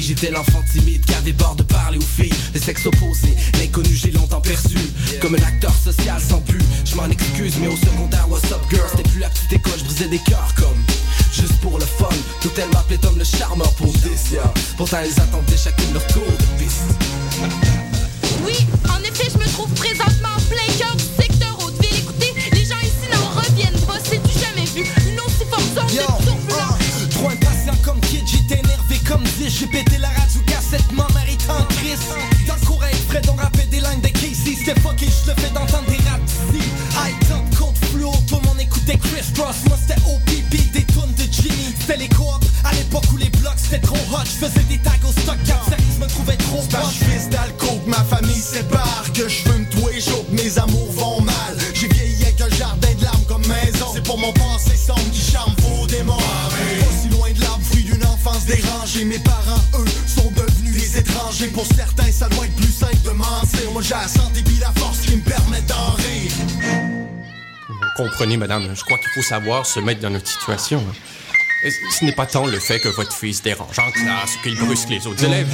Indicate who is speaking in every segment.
Speaker 1: J'étais l'enfant timide qui avait peur de parler aux filles Les sexes opposés, l'inconnu j'ai longtemps perçu Comme un acteur social sans but Je m'en excuse mais au secondaire what's up girl C'était plus la petite école, je brisais des cœurs comme Juste pour le fun, tout elle m'appelait Tom le charmeur pour Décia Pourtant elles attendaient chacune leur tour de piste
Speaker 2: Oui, en effet, je me trouve présentement en plein cœur du secteur Haute-Ville. Écoutez, les gens ici n'en reviennent pas, c'est du jamais vu. Une aussi forte zone
Speaker 3: Yo,
Speaker 2: de turbulence.
Speaker 3: un, trop impatient comme kid, j'étais énervé comme 10 J'ai pété la razouka, cette main méritant triste Dans le cours avec Fred, on rappait des lines de Casey C'était fucké, je le fais d'entendre des raps ici High top, compte fluo, tout le monde écoutait Chris Cross Moi c'était OPP, des tonnes de Jimmy C'était les coops, à l'époque où les blocs c'était trop hot Je faisais des tags au stock, car je me trouvais trop
Speaker 4: Parce
Speaker 3: proche
Speaker 4: que je fils d'alcool, que ma famille sépare Que je fume tous les jours, que mes amours vont mal J'ai vieilli avec un jardin de larmes comme maison C'est pour mon passé sombre qui charme vos démons Pas si loin de l'arbre, fruit d'une enfance dérangée Mes parents, eux, sont devenus des étrangers Pour certains, ça doit être plus simple de mentir Moi j'ai la santé puis la force qui me permet d'en rire
Speaker 5: Comprenez, madame, je crois qu'il faut savoir se mettre dans notre situation. hein. Et ce- Ce n'est pas tant le fait que votre fils dérange en classe ou qu'il brusque les autres élèves.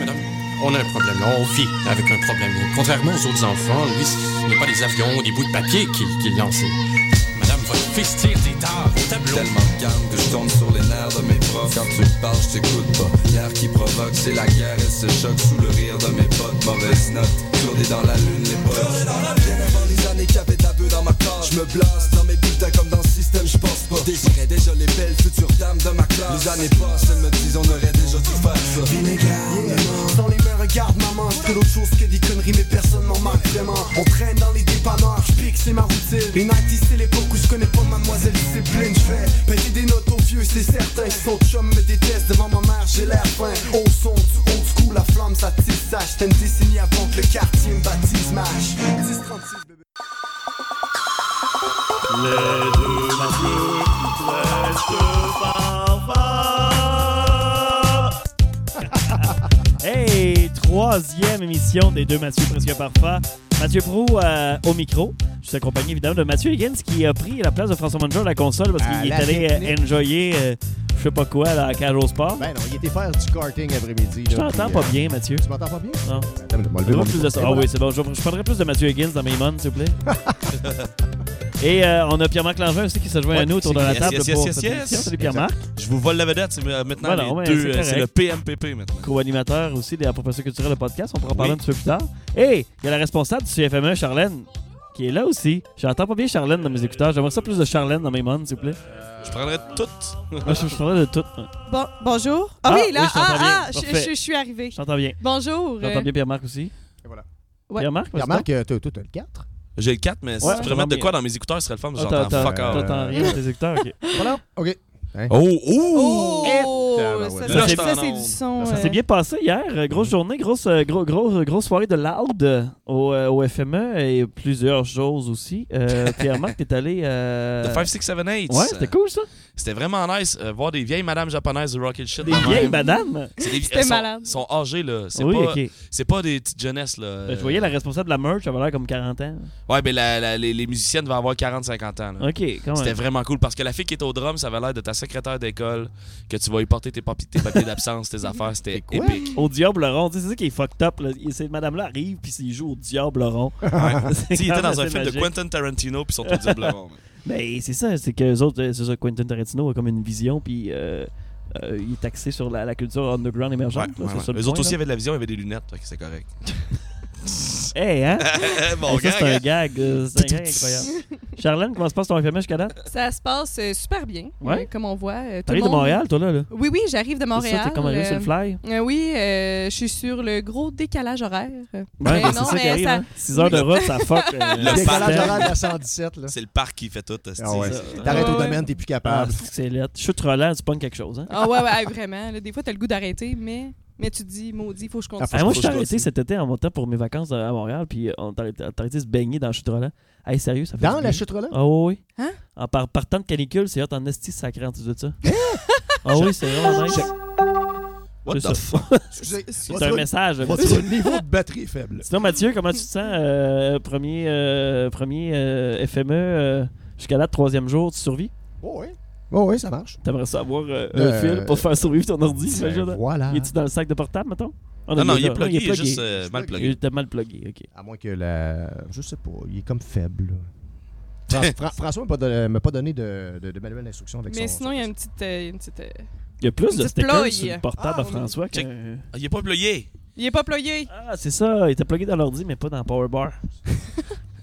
Speaker 5: Madame, on a un problème, on vit avec un problème. Contrairement aux autres enfants, lui, ce n'est pas des avions ou des bouts de papier qu'il qu'il lançait. Madame, votre fils tire des tares au tableau.
Speaker 6: Tellement de calme que je tombe sur les nerfs de mes profs Quand tu me parles, je t'écoute pas L'air qui provoque, c'est la guerre Elle se choque sous le rire de mes potes Mauvaise note, tournée dans la lune, les potes
Speaker 1: Bien avant les années qui avaient tabou dans ma classe Je me blasse dans mes bulletins comme dans le système, je pense pas Désirais déjà les belles futures dames de ma classe Les années passent, elles me disent on aurait déjà dû faire ça
Speaker 7: Dans les mains, regarde maman, c'est l'autre chose que des conneries, mais personne m'en manque vraiment. On traîne dans les dépanneurs, j'pique, c'est ma routine. Les 90 c'est l'époque où je connais pas mademoiselle discipline. J'fais péter des notes aux vieux, c'est certain. Son chum me déteste devant ma mère, j'ai l'air fin. Au son du old school, la flamme, ça tisse, sache. T'as une décennie avant que le quartier me baptise, mâche. 10-36, bébé.
Speaker 8: Les deux matelots restent parfaits.
Speaker 9: Hey, troisième émission des deux Mathieu presque parfait. Mathieu Prou euh, au micro. Je suis accompagné évidemment de Mathieu Higgins qui a pris la place de François Manger à la console parce
Speaker 10: À
Speaker 9: qu'il est
Speaker 10: la
Speaker 9: allé euh,
Speaker 10: technique.
Speaker 9: enjoyer euh, je sais pas quoi là, à Cajot Sport.
Speaker 10: Ben non, il était faire du karting après-midi.
Speaker 9: je
Speaker 10: là,
Speaker 9: t'entends
Speaker 10: puis,
Speaker 9: pas
Speaker 10: euh,
Speaker 9: bien, Mathieu.
Speaker 10: Tu m'entends pas bien?
Speaker 9: Non.
Speaker 10: Attends, mais on va lever
Speaker 9: Faudrait
Speaker 10: mon
Speaker 9: plus
Speaker 10: micro.
Speaker 9: de ça.
Speaker 10: Et
Speaker 9: Ah
Speaker 10: voilà.
Speaker 9: oui, c'est bon. Je, je prendrai plus de Mathieu Higgins dans mes mons, s'il vous plaît. Et euh, on a Pierre-Marc Langevin aussi qui se joint à
Speaker 11: Ouais,
Speaker 9: nous autour de la
Speaker 11: yes,
Speaker 9: table
Speaker 11: yes, yes,
Speaker 9: pour
Speaker 11: yes,
Speaker 9: cette
Speaker 11: yes.
Speaker 9: émission. Salut Pierre-Marc,
Speaker 11: Je vous vole la vedette, c'est euh, maintenant
Speaker 9: Voilà,
Speaker 11: les
Speaker 9: ouais,
Speaker 11: deux,
Speaker 9: c'est
Speaker 11: euh,
Speaker 9: correct.
Speaker 11: c'est le PMPP maintenant.
Speaker 9: co-animateur aussi de la proposition culturelle de podcast. On pourra en
Speaker 11: Oui.
Speaker 9: parler un petit peu plus tard. Et il y a la responsable du CFME, E, Charlène, qui est là aussi. J'entends pas bien Charlène dans mes écouteurs. J'aimerais ça plus de Charlène dans mes mons, s'il vous plaît.
Speaker 11: Je prendrais toutes.
Speaker 9: Moi, je, je parlerai de tout.
Speaker 12: Bon- bonjour. Ah,
Speaker 9: Ah,
Speaker 12: oui, là,
Speaker 9: oui, je t'entends
Speaker 12: ah,
Speaker 9: bien.
Speaker 12: ah, je,
Speaker 9: Parfait.
Speaker 12: je- je suis arrivée.
Speaker 9: J'entends bien.
Speaker 12: Bonjour. euh.
Speaker 9: J'entends bien Pierre-Marc aussi.
Speaker 10: Et voilà.
Speaker 12: Ouais.
Speaker 9: Pierre-Marc, vas-y
Speaker 10: Pierre-Marc, euh, t'as t'as- t'as le 4?
Speaker 11: J'ai le 4, mais si
Speaker 9: Ouais,
Speaker 11: tu
Speaker 9: je
Speaker 11: pourrais mettre de
Speaker 9: comprends
Speaker 11: quoi dans mes écouteurs, ce serait le fun, parce
Speaker 9: donc.
Speaker 11: que
Speaker 9: Ah,
Speaker 11: j'entends
Speaker 9: t'entends-
Speaker 11: fuck all.
Speaker 9: T'entends rien dans tes écouteurs, ok.
Speaker 10: Euh, Voilà. OK. Hein?
Speaker 11: Oh, oh!
Speaker 12: Oh,
Speaker 10: Eh,
Speaker 12: ça,
Speaker 10: tabarouette.
Speaker 9: Là,
Speaker 12: c'est- ça,
Speaker 11: je t'en
Speaker 12: c'est
Speaker 11: onde.
Speaker 12: du son.
Speaker 9: Ça s'est
Speaker 12: euh,
Speaker 9: bien passé hier. Euh,
Speaker 11: Mm.
Speaker 9: Grosse journée, grosse, euh, gros, gros, grosse soirée de loud euh, au, euh, au FME et plusieurs choses aussi. Euh, Pierre-Marc, t'es allé. euh,
Speaker 11: The 5678.
Speaker 9: Ouais, c'était cool ça.
Speaker 11: C'était vraiment nice. euh, voir des vieilles madames japonaises du Rocket Shit.
Speaker 9: Des
Speaker 11: de même.
Speaker 9: vieilles madames.
Speaker 11: C'est des-
Speaker 12: C'était
Speaker 11: elles sont-
Speaker 12: malade.
Speaker 11: sont âgées, là. C'est
Speaker 9: Oui,
Speaker 11: pas,
Speaker 9: ok.
Speaker 11: c'est pas des petites jeunesses, là.
Speaker 9: Ben, je voyais la responsable de la merch, elle avait l'air comme 40 ans.
Speaker 11: Ouais, mais la- la- les, les musiciennes devaient avoir 40-50 ans. là.
Speaker 9: Ok, quand
Speaker 11: C'était
Speaker 9: même.
Speaker 11: vraiment cool parce que la fille qui était au drum, ça avait l'air de ta secrétaire d'école, que tu vas y porter tes, papi- tes papiers d'absence, tes affaires, c'était
Speaker 10: quoi? Oh.
Speaker 11: épique.
Speaker 9: Au diable rond, tu sais, c'est ça qui est fucked up. Là. Il- Cette madame-là arrive puis il joue au diable rond. C'est
Speaker 11: Tu sais, il
Speaker 9: quand
Speaker 11: était
Speaker 9: même
Speaker 11: dans un
Speaker 9: assez
Speaker 11: film de
Speaker 9: magique.
Speaker 11: Quentin Tarantino, puis ils sont au diable rond.
Speaker 9: Ben, c'est ça, c'est que les autres, euh, c'est ça, Quentin Tarantino a comme une vision puis euh, euh, il est axé sur la, la culture underground
Speaker 11: Ouais,
Speaker 9: émergente. là,
Speaker 11: ouais,
Speaker 9: c'est ça le
Speaker 11: ouais. Les
Speaker 9: point,
Speaker 11: autres aussi
Speaker 9: là.
Speaker 11: avaient de la vision, ils avaient des lunettes, fait que c'est correct.
Speaker 9: Hey, hein?
Speaker 11: bon,
Speaker 9: Hey, ça, c'est un
Speaker 11: gars,
Speaker 9: gag. euh, C'est un gag incroyable. Charlène, comment se passe ton FME jusqu'à date?
Speaker 12: Ça se passe euh, super bien,
Speaker 9: Ouais.
Speaker 12: euh, comme on voit. euh, tout le
Speaker 9: T'arrives de
Speaker 12: monde-
Speaker 9: Montréal, toi, là? là.
Speaker 12: Oui, oui, j'arrive de
Speaker 9: C'est
Speaker 12: Montréal.
Speaker 9: ça, t'es comme arrivé sur le
Speaker 12: euh,
Speaker 9: fly?
Speaker 12: euh, oui, euh, je suis sur le gros décalage horaire.
Speaker 9: Ouais,
Speaker 12: mais
Speaker 9: ben,
Speaker 12: non,
Speaker 9: c'est ça
Speaker 12: mais
Speaker 9: qui arrive.
Speaker 12: ça-
Speaker 9: 6 heures de route, ça fuck. euh,
Speaker 11: Le
Speaker 10: Décalage
Speaker 11: parc.
Speaker 10: horaire de la 117, là.
Speaker 11: c'est le parc qui fait tout. esti.
Speaker 10: Ah ouais.
Speaker 11: Ça.
Speaker 10: T'arrêtes au
Speaker 12: Ouais.
Speaker 10: domaine, t'es plus
Speaker 9: Ah,
Speaker 10: capable.
Speaker 9: c'est que c'est lettre. Chute relais, tu pognes quelque chose, hein?
Speaker 12: Ah ouais, ouais, vraiment. là, des fois, t'as le goût d'arrêter, mais, mais tu te dis, maudit, faut que je continue.
Speaker 9: Ah, moi, je
Speaker 11: faut
Speaker 9: suis
Speaker 11: que je
Speaker 9: arrêté
Speaker 11: continue.
Speaker 9: cet été en montant pour mes vacances à Montréal, puis euh, on t'a arrêté- t'as arrêté de se baigner dans la chute relais. Hey, sérieux, ça fait
Speaker 10: Dans
Speaker 9: du
Speaker 10: la
Speaker 9: bien.
Speaker 10: chute là?
Speaker 9: Ah oui, oui.
Speaker 12: Hein?
Speaker 9: En par- partant de canicule, c'est hot en esti sacré en dessous de ça.
Speaker 10: Hein?
Speaker 9: ah oui, c'est vraiment nice. C'est
Speaker 11: What
Speaker 9: ça.
Speaker 11: the fuck?
Speaker 10: Excusez.
Speaker 9: C'est un message. là.
Speaker 10: Votre niveau de batterie est faible.
Speaker 9: Sinon, Mathieu, comment tu te sens? euh, E, premier euh, premier euh, FME, euh, jusqu'à là, troisième jour, tu survis?
Speaker 10: Oh, ouais. Oh, oui, ça marche.
Speaker 9: T'aimerais ça avoir euh, un
Speaker 10: Euh,
Speaker 9: fil pour faire survivre ton ordi,
Speaker 10: ben,
Speaker 9: j'imagine? hein?
Speaker 10: voilà.
Speaker 9: est tu dans le sac de portable, mettons? Ah
Speaker 11: Non, non, il est
Speaker 9: là.
Speaker 11: plugué, il est juste, euh, mal plugué.
Speaker 9: Il était mal plugué, ok.
Speaker 10: À moins que la. Je sais pas, il est comme faible. Fran- Fra- François m'a pas, don- m'a pas donné de, de, de manuel d'instruction avec
Speaker 12: Mais
Speaker 10: son.
Speaker 12: sinon, il y a une petite. euh, une petite, euh,
Speaker 9: Il y a plus
Speaker 12: une
Speaker 9: de
Speaker 12: petite
Speaker 9: stickers
Speaker 12: ploye. Ah,
Speaker 9: sur le portable à François que...
Speaker 11: Ah, Il est pas ployé.
Speaker 12: Il est pas ployé.
Speaker 9: Ah, c'est ça, il était plugué dans l'ordi, mais pas dans le power bar.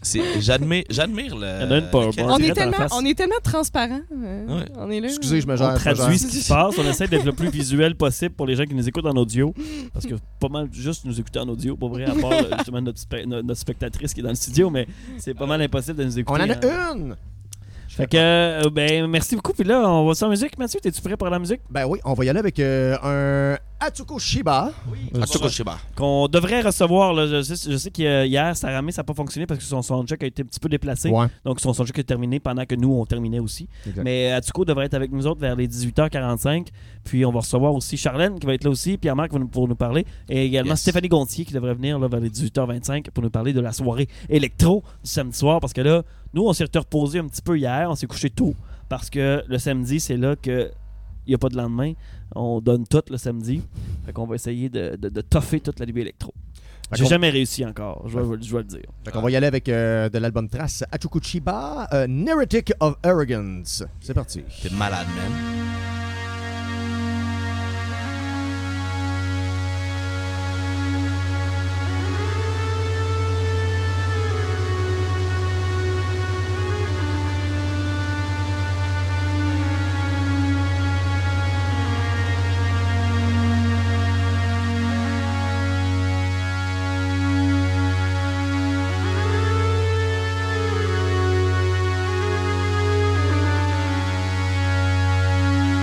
Speaker 11: C'est- J'admire j'admire le.
Speaker 9: Il y en a une power
Speaker 11: lequel-
Speaker 9: bar.
Speaker 12: on, est
Speaker 9: direct dans la
Speaker 12: tellement,
Speaker 9: face.
Speaker 12: on est tellement transparent. euh,
Speaker 11: Ouais.
Speaker 12: On est là.
Speaker 10: Excusez, je me gère.
Speaker 9: On traduit ce qui se passe, on essaie d'être le plus visuel possible pour les gens qui nous écoutent en audio. Parce que pas mal juste nous écouter en audio, pas vrai, à part euh, justement notre, spe- no- notre spectatrice qui est dans le studio, mais c'est pas mal impossible de nous
Speaker 10: On
Speaker 9: écouter.
Speaker 10: en a
Speaker 9: hein.
Speaker 10: une!
Speaker 9: Fait que, euh, ben, merci beaucoup. Puis là, on va sans musique. Mathieu, t'es-tu prêt pour la musique?
Speaker 10: Ben oui, on va y aller avec euh, un Atsuko Shiba.
Speaker 11: Atsuko Shiba.
Speaker 9: Qu'on devrait recevoir. là. je, sais, je sais qu'hier, Sarah May, ça n'a pas fonctionné parce que son soundcheck a été un petit peu déplacé.
Speaker 10: Ouais.
Speaker 9: Donc, son soundcheck est terminé pendant que nous, on terminait aussi.
Speaker 10: Exact.
Speaker 9: Mais Atsuko devrait être avec nous autres vers les 18h45. Puis, on va recevoir aussi Charlène qui va être là aussi, Pierre-Marc va nous- pour nous parler. Et également
Speaker 11: Yes.
Speaker 9: Stéphanie Gontier qui devrait venir là, vers les 18h25 pour nous parler de la soirée électro du samedi soir. Parce que là, nous, on s'est reposé un petit peu hier. On s'est couché tôt parce que le samedi, c'est là que il n'y a pas de lendemain. On donne tout le samedi. Fait qu'on va essayer de, de, de toffer toute la nuit électro.
Speaker 10: Fait
Speaker 9: J'ai
Speaker 10: qu'on-
Speaker 9: jamais réussi encore, je vais, je vais le dire.
Speaker 10: Fait qu'on va y aller avec euh, de l'album Trace Atsuko Shiba, euh, Neretic of Arrogance. C'est parti.
Speaker 11: T'es malade, man.
Speaker 8: Thank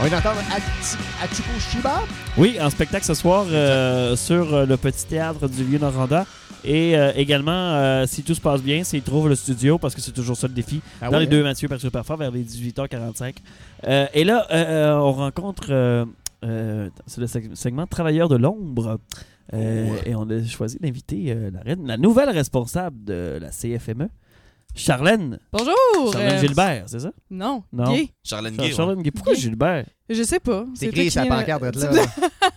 Speaker 10: vient d'entendre Ati- Atiko Shiba.
Speaker 9: Oui, en spectacle ce soir euh, sur euh, le petit théâtre du vieux Noranda. Et euh, également, euh, si tout se passe bien, s'ils trouvent le studio, parce que c'est toujours ça le défi,
Speaker 10: Ah
Speaker 9: dans
Speaker 10: oui,
Speaker 9: les deux
Speaker 10: hein?
Speaker 9: Mathieu Mathieu Parfois vers les 18h45. Euh, et là, euh, euh, on rencontre. euh, euh, c'est le seg- segment Travailleurs de l'ombre. Euh, Et on a choisi d'inviter euh, la, reine- la nouvelle responsable de la CFME, E, Charlène.
Speaker 12: Bonjour!
Speaker 9: Charlène
Speaker 12: euh,
Speaker 9: Gilbert, c'est ça?
Speaker 12: Non,
Speaker 9: Non.
Speaker 12: Gay.
Speaker 11: Charlène
Speaker 9: Char-
Speaker 11: Gay, ouais.
Speaker 9: Charlène Gay. Pourquoi
Speaker 12: Gay.
Speaker 9: Gilbert?
Speaker 12: Je sais pas.
Speaker 10: C'est
Speaker 12: toi
Speaker 10: écrit
Speaker 12: qui euh,
Speaker 10: sa
Speaker 12: viens-
Speaker 10: pancarte de là.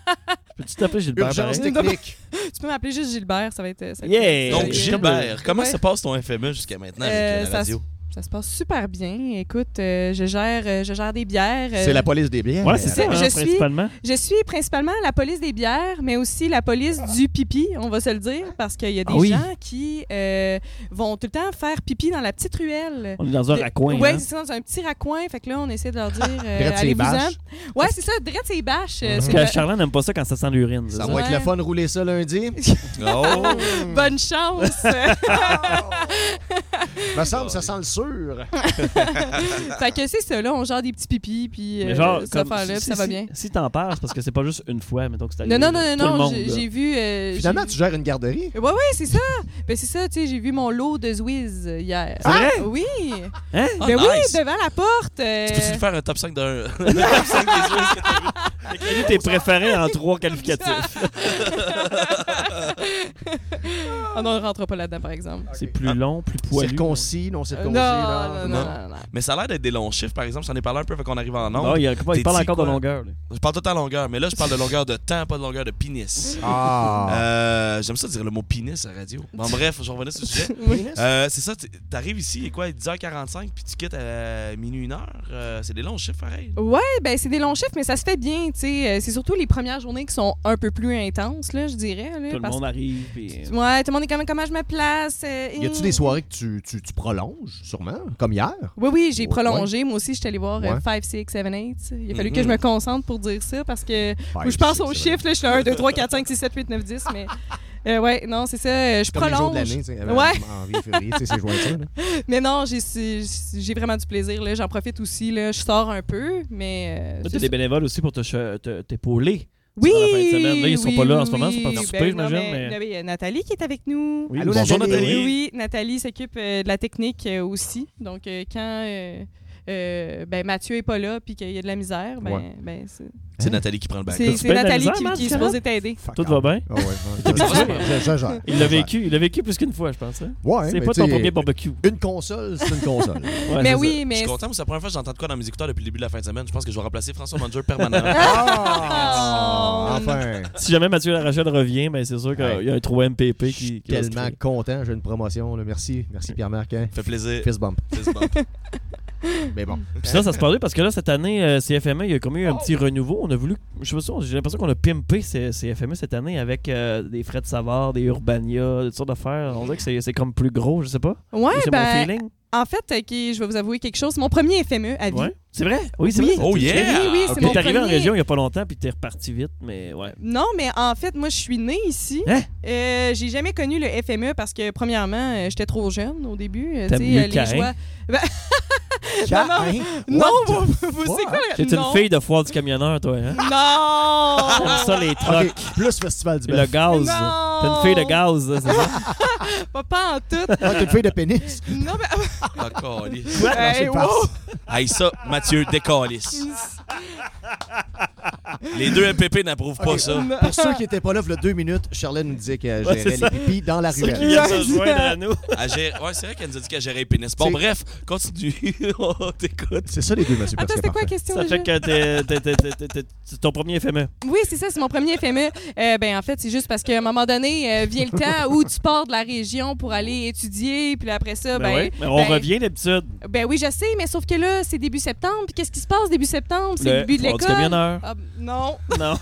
Speaker 9: Peux-tu t'appeler Gilbert?
Speaker 10: Urgence
Speaker 9: pareil?
Speaker 10: technique.
Speaker 12: tu peux m'appeler juste Gilbert, ça va être. ça va être-
Speaker 9: Yeah!
Speaker 11: Donc, Gilbert, comment
Speaker 12: Ouais.
Speaker 11: se passe ton FME jusqu'à maintenant
Speaker 12: Euh,
Speaker 11: avec euh, la
Speaker 12: ça, se-
Speaker 11: radio?
Speaker 12: ça se passe super bien. Écoute, euh, je, gère, euh, je gère des bières. euh,
Speaker 10: C'est la police des biens.
Speaker 9: Ouais, c'est ça, hein,
Speaker 12: je suis-
Speaker 9: principalement.
Speaker 12: Je suis principalement la police des bières, mais aussi la police du pipi, on va se le dire, parce qu'il y a des
Speaker 9: Ah oui.
Speaker 12: gens qui euh, vont tout le temps faire pipi dans la petite ruelle.
Speaker 9: On est dans un
Speaker 12: De-
Speaker 9: raccoin,
Speaker 12: Ouais,
Speaker 9: hein?
Speaker 12: c'est ça, dans un petit raccoin. Fait que là, on essaie de leur dire. Euh,
Speaker 10: Drette ses
Speaker 12: Allez-vous-en.
Speaker 10: bâches.
Speaker 12: Ouais, c'est ça, drette ses bâches. euh,
Speaker 9: Parce
Speaker 12: c'est
Speaker 9: que
Speaker 12: le-
Speaker 9: Charlène n'aime pas ça quand ça sent l'urine. c'est
Speaker 10: Ça
Speaker 9: ça? Oh!
Speaker 10: va être
Speaker 12: Ouais.
Speaker 10: le fun de rouler ça lundi.
Speaker 12: Euh, Bonne chance!
Speaker 10: Me semble, ça sent le sûr.
Speaker 12: fait que c'est ça, là, on gère des petits pipis, puis
Speaker 9: Mais
Speaker 12: euh,
Speaker 9: genre,
Speaker 12: cette
Speaker 9: comme-
Speaker 12: affaire-là, puis
Speaker 9: si-
Speaker 12: ça va
Speaker 9: si-
Speaker 12: bien.
Speaker 9: Si t'en parles, parce que c'est pas juste une fois, mettons que c'est
Speaker 12: Non, non, non,
Speaker 9: arrivé,
Speaker 12: non,
Speaker 9: tout
Speaker 12: non,
Speaker 9: le
Speaker 12: j'ai
Speaker 9: monde,
Speaker 12: j'ai vu. euh,
Speaker 10: Finalement,
Speaker 12: j'ai-
Speaker 10: tu gères une garderie.
Speaker 12: Ouais, ouais, c'est ça. Ben, c'est ça, tu sais, j'ai vu mon lot de Zwiz euh, hier.
Speaker 9: C'est vrai?
Speaker 12: Oui.
Speaker 9: Hein?
Speaker 11: Ah,
Speaker 12: ben
Speaker 11: nice.
Speaker 12: oui, devant la porte. euh,
Speaker 11: Tu peux-tu nous faire un top 5 d'un.
Speaker 9: là. Quel est tes préférés en trois qualificatifs?
Speaker 12: Ah non, on ne rentre pas là-dedans, par exemple.
Speaker 9: C'est
Speaker 11: Ah.
Speaker 9: plus long, plus poilu.
Speaker 10: Circoncis, non
Speaker 12: Euh,
Speaker 10: circoncis.
Speaker 12: non, non, non,
Speaker 11: Non.
Speaker 12: non, non.
Speaker 11: Mais ça a l'air d'être des longs chiffres, par exemple. J'en ai parlé un peu, fait qu'on arrive en nombre.
Speaker 9: Non, Bah il, y a- il
Speaker 11: T'es
Speaker 9: parle
Speaker 11: dit
Speaker 9: encore
Speaker 11: quoi?
Speaker 9: de longueur. là.
Speaker 11: Je parle tout le temps longueur, mais là, je parle de longueur de temps, pas de longueur de pénis.
Speaker 10: Ah.
Speaker 11: Euh, J'aime ça dire le mot pénis à la radio. Bon, bref, je revenais sur le sujet. Euh, c'est ça, t- t'arrives ici, il est quoi, 10h45, puis tu quittes à minuit, 1h. c'est des longs chiffres, pareil.
Speaker 12: Ouais, ben c'est des longs chiffres, mais ça se fait bien, tu sais. Euh, C'est surtout les premières journées qui sont un peu plus intenses, là, je dirais. là,
Speaker 9: Tout le
Speaker 12: parce-
Speaker 9: monde arrive. puis-
Speaker 12: Ouais, tout le monde est comme comment je me place. euh,
Speaker 10: Y a-tu
Speaker 12: hum.
Speaker 10: des soirées que tu, tu, tu prolonges, sûrement, comme hier?
Speaker 12: Oui, oui, j'ai
Speaker 10: Ouais.
Speaker 12: prolongé. Moi aussi, je suis allée voir euh,
Speaker 10: Ouais. Mm-hmm.
Speaker 12: 5, 6, 7, 8. Il a fallu
Speaker 11: Mhm.
Speaker 12: que je me concentre pour dire ça parce que moi, je
Speaker 10: Five,
Speaker 12: pense
Speaker 10: six,
Speaker 12: aux
Speaker 10: seven,
Speaker 12: chiffres. là, je suis là 1, 2, 3, 4, 5, 6, 7, 8, 9, 10. Mais euh, ouais, non, c'est ça. euh, Je
Speaker 10: Comme les jours de
Speaker 12: prolonge.
Speaker 10: l'année, tu sais, avant-
Speaker 12: Ouais.
Speaker 10: en janvier, février, tu sais, c'est joyeux, ça, là.
Speaker 12: Mais non, j'ai j'ai vraiment du plaisir. là. J'en profite aussi. là. Je sors un peu, mais. euh,
Speaker 9: Toi,
Speaker 12: c'est
Speaker 9: t'as des bénévoles aussi pour te che- te- t'épauler.
Speaker 12: Oui!
Speaker 9: pendant la fin de semaine. Là, ils sont
Speaker 12: oui,
Speaker 9: pas là en
Speaker 12: oui,
Speaker 9: ce moment, ils sont partis
Speaker 12: oui. Ben,
Speaker 9: souper,
Speaker 12: non, mais-
Speaker 9: j'imagine, mais-
Speaker 12: non, mais il y a Nathalie qui est avec nous.
Speaker 9: Oui,
Speaker 10: Allô,
Speaker 11: bonjour,
Speaker 10: Nathalie.
Speaker 11: Nathalie.
Speaker 12: Oui, Nathalie s'occupe euh, de la technique euh, aussi. Donc, euh, quand euh, euh, ben, Mathieu est pas là puis qu'il y a de la misère, ben,
Speaker 10: Ouais.
Speaker 12: ben, c'est
Speaker 11: C'est Nathalie qui prend le bac.
Speaker 12: c'est-
Speaker 9: tu
Speaker 12: c'est
Speaker 9: payes Hein? de la
Speaker 12: Nathalie
Speaker 9: misère,
Speaker 12: qui,
Speaker 9: Marc,
Speaker 12: qui est
Speaker 9: quand
Speaker 12: supposée t'aider.
Speaker 10: Fuck
Speaker 9: Tout
Speaker 10: off.
Speaker 9: va bien?
Speaker 10: Ah ouais, ouais,
Speaker 9: T'es
Speaker 10: je-
Speaker 9: habitué?
Speaker 10: je- je- je gère.
Speaker 9: Il l'a
Speaker 10: Je gère.
Speaker 9: vécu, il l'a vécu plus qu'une fois, je pense. hein?
Speaker 10: Ouais,
Speaker 9: C'est
Speaker 10: mais
Speaker 9: pas
Speaker 10: tu
Speaker 9: ton
Speaker 10: sais,
Speaker 9: premier barbecue.
Speaker 10: Une console, c'est une console.
Speaker 9: Ouais,
Speaker 12: mais
Speaker 9: c'est
Speaker 12: oui,
Speaker 11: Je
Speaker 12: mais.
Speaker 11: suis content, mais c'est la première fois que j'entends de quoi dans mes écouteurs depuis le début de la fin de semaine. Je pense que je vais remplacer François Manger permanent.
Speaker 10: Ah!
Speaker 12: Oh,
Speaker 10: Enfin!
Speaker 9: ça. Si jamais Mathieu Larachelle revient, ben c'est sûr qu'il y a un trou
Speaker 10: Je
Speaker 9: MPP
Speaker 10: suis
Speaker 9: qui. qui va se
Speaker 10: tellement
Speaker 9: créer.
Speaker 10: content, j'ai une promotion. là. Merci, merci Pierre-Marc. hein.
Speaker 11: fait plaisir.
Speaker 10: Fist bump.
Speaker 11: Fist bump.
Speaker 10: Mais bon.
Speaker 9: Puis ça, ça se parlait parce que là, cette année, euh, CFME, il y a comme eu un petit renouveau. On a voulu. Je sais pas, si on- j'ai l'impression qu'on a pimpé ces- CFME cette année avec euh, des frais de Savard, des Urbania, toutes sortes d'affaires. On dirait que c'est- c'est comme plus gros, je sais pas.
Speaker 12: Ouais,
Speaker 9: c'est mon
Speaker 12: ben,
Speaker 9: feeling.
Speaker 12: en fait, euh, qui- je vais vous avouer quelque chose. Mon premier FME à vie.
Speaker 9: Ouais. C'est vrai? Oui, c'est vrai.
Speaker 11: Oh
Speaker 9: T'es-
Speaker 11: yeah!
Speaker 12: Oui, oui,
Speaker 9: t'es-
Speaker 12: c'est
Speaker 9: T'es
Speaker 12: mon
Speaker 9: arrivé en
Speaker 12: premier.
Speaker 9: région il y a pas longtemps, puis t'es reparti vite, mais ouais.
Speaker 12: Non, mais en fait, moi, je suis née ici.
Speaker 9: Hein?
Speaker 12: Euh, j'ai jamais connu le FME parce que, premièrement, euh, j'étais trop jeune au début. Euh,
Speaker 9: T'aimes
Speaker 12: tu sais,
Speaker 9: mieux
Speaker 12: euh, les
Speaker 9: Cain?
Speaker 12: joies-
Speaker 10: Cain,
Speaker 12: Non,
Speaker 10: what the-
Speaker 12: vous, vous- c'est quoi? le-
Speaker 9: T'es une
Speaker 12: non.
Speaker 9: fille de foire du camionneur, toi, hein?
Speaker 12: Non!
Speaker 9: T'aimes ça, les
Speaker 10: Ok,
Speaker 9: trucks.
Speaker 10: Plus Festival du
Speaker 9: et Le
Speaker 10: Bœuf.
Speaker 9: gaz.
Speaker 12: Non!
Speaker 9: T'es une fille de gaz, là, c'est ça?
Speaker 12: Pas, pas en tout.
Speaker 10: Ah, t'es une fille de pénis.
Speaker 12: Non, ben, mais.
Speaker 11: Ah, câlisse.
Speaker 10: Quoi?
Speaker 12: Hey, wow!
Speaker 11: Hey, ça, Mathieu, décalisse. Les deux MPP n'approuvent pas ça.
Speaker 12: Non.
Speaker 10: Pour ceux qui n'étaient pas là, il y a deux minutes, Charlène nous disait qu'elle
Speaker 9: Ouais,
Speaker 10: gérait
Speaker 9: c'est ça.
Speaker 10: les pipis dans la
Speaker 9: Ceux qui
Speaker 10: ruelle.
Speaker 9: viennent se joindre à nous.
Speaker 11: Elle gère- Ouais, c'est vrai qu'elle nous a dit qu'elle gérait les pénis. Bon,
Speaker 10: C'est-
Speaker 11: bref, continue. On t'écoute.
Speaker 10: C'est ça les deux, monsieur
Speaker 12: Attends,
Speaker 10: Pascal,
Speaker 12: c'était quoi la
Speaker 10: parfait.
Speaker 12: question?
Speaker 9: Ça
Speaker 12: déjà?
Speaker 9: fait que t'es- t'es- t'es- t'es- t'es- c'est ton premier FME.
Speaker 12: Oui, c'est ça, c'est mon premier FME. Euh, ben, en fait, c'est juste parce qu'à un moment donné, euh, vient le temps où tu pars de la région pour aller étudier, puis là, après ça, ben.
Speaker 9: Ben ouais, mais on
Speaker 12: ben-
Speaker 9: revient d'habitude.
Speaker 12: Ben oui, je sais, mais sauf que là, c'est début septembre. Puis qu'est-ce qui se passe début septembre? C'est le début de
Speaker 9: foire du
Speaker 12: l'école.
Speaker 9: camionneur.
Speaker 12: Ah, non.
Speaker 9: Non.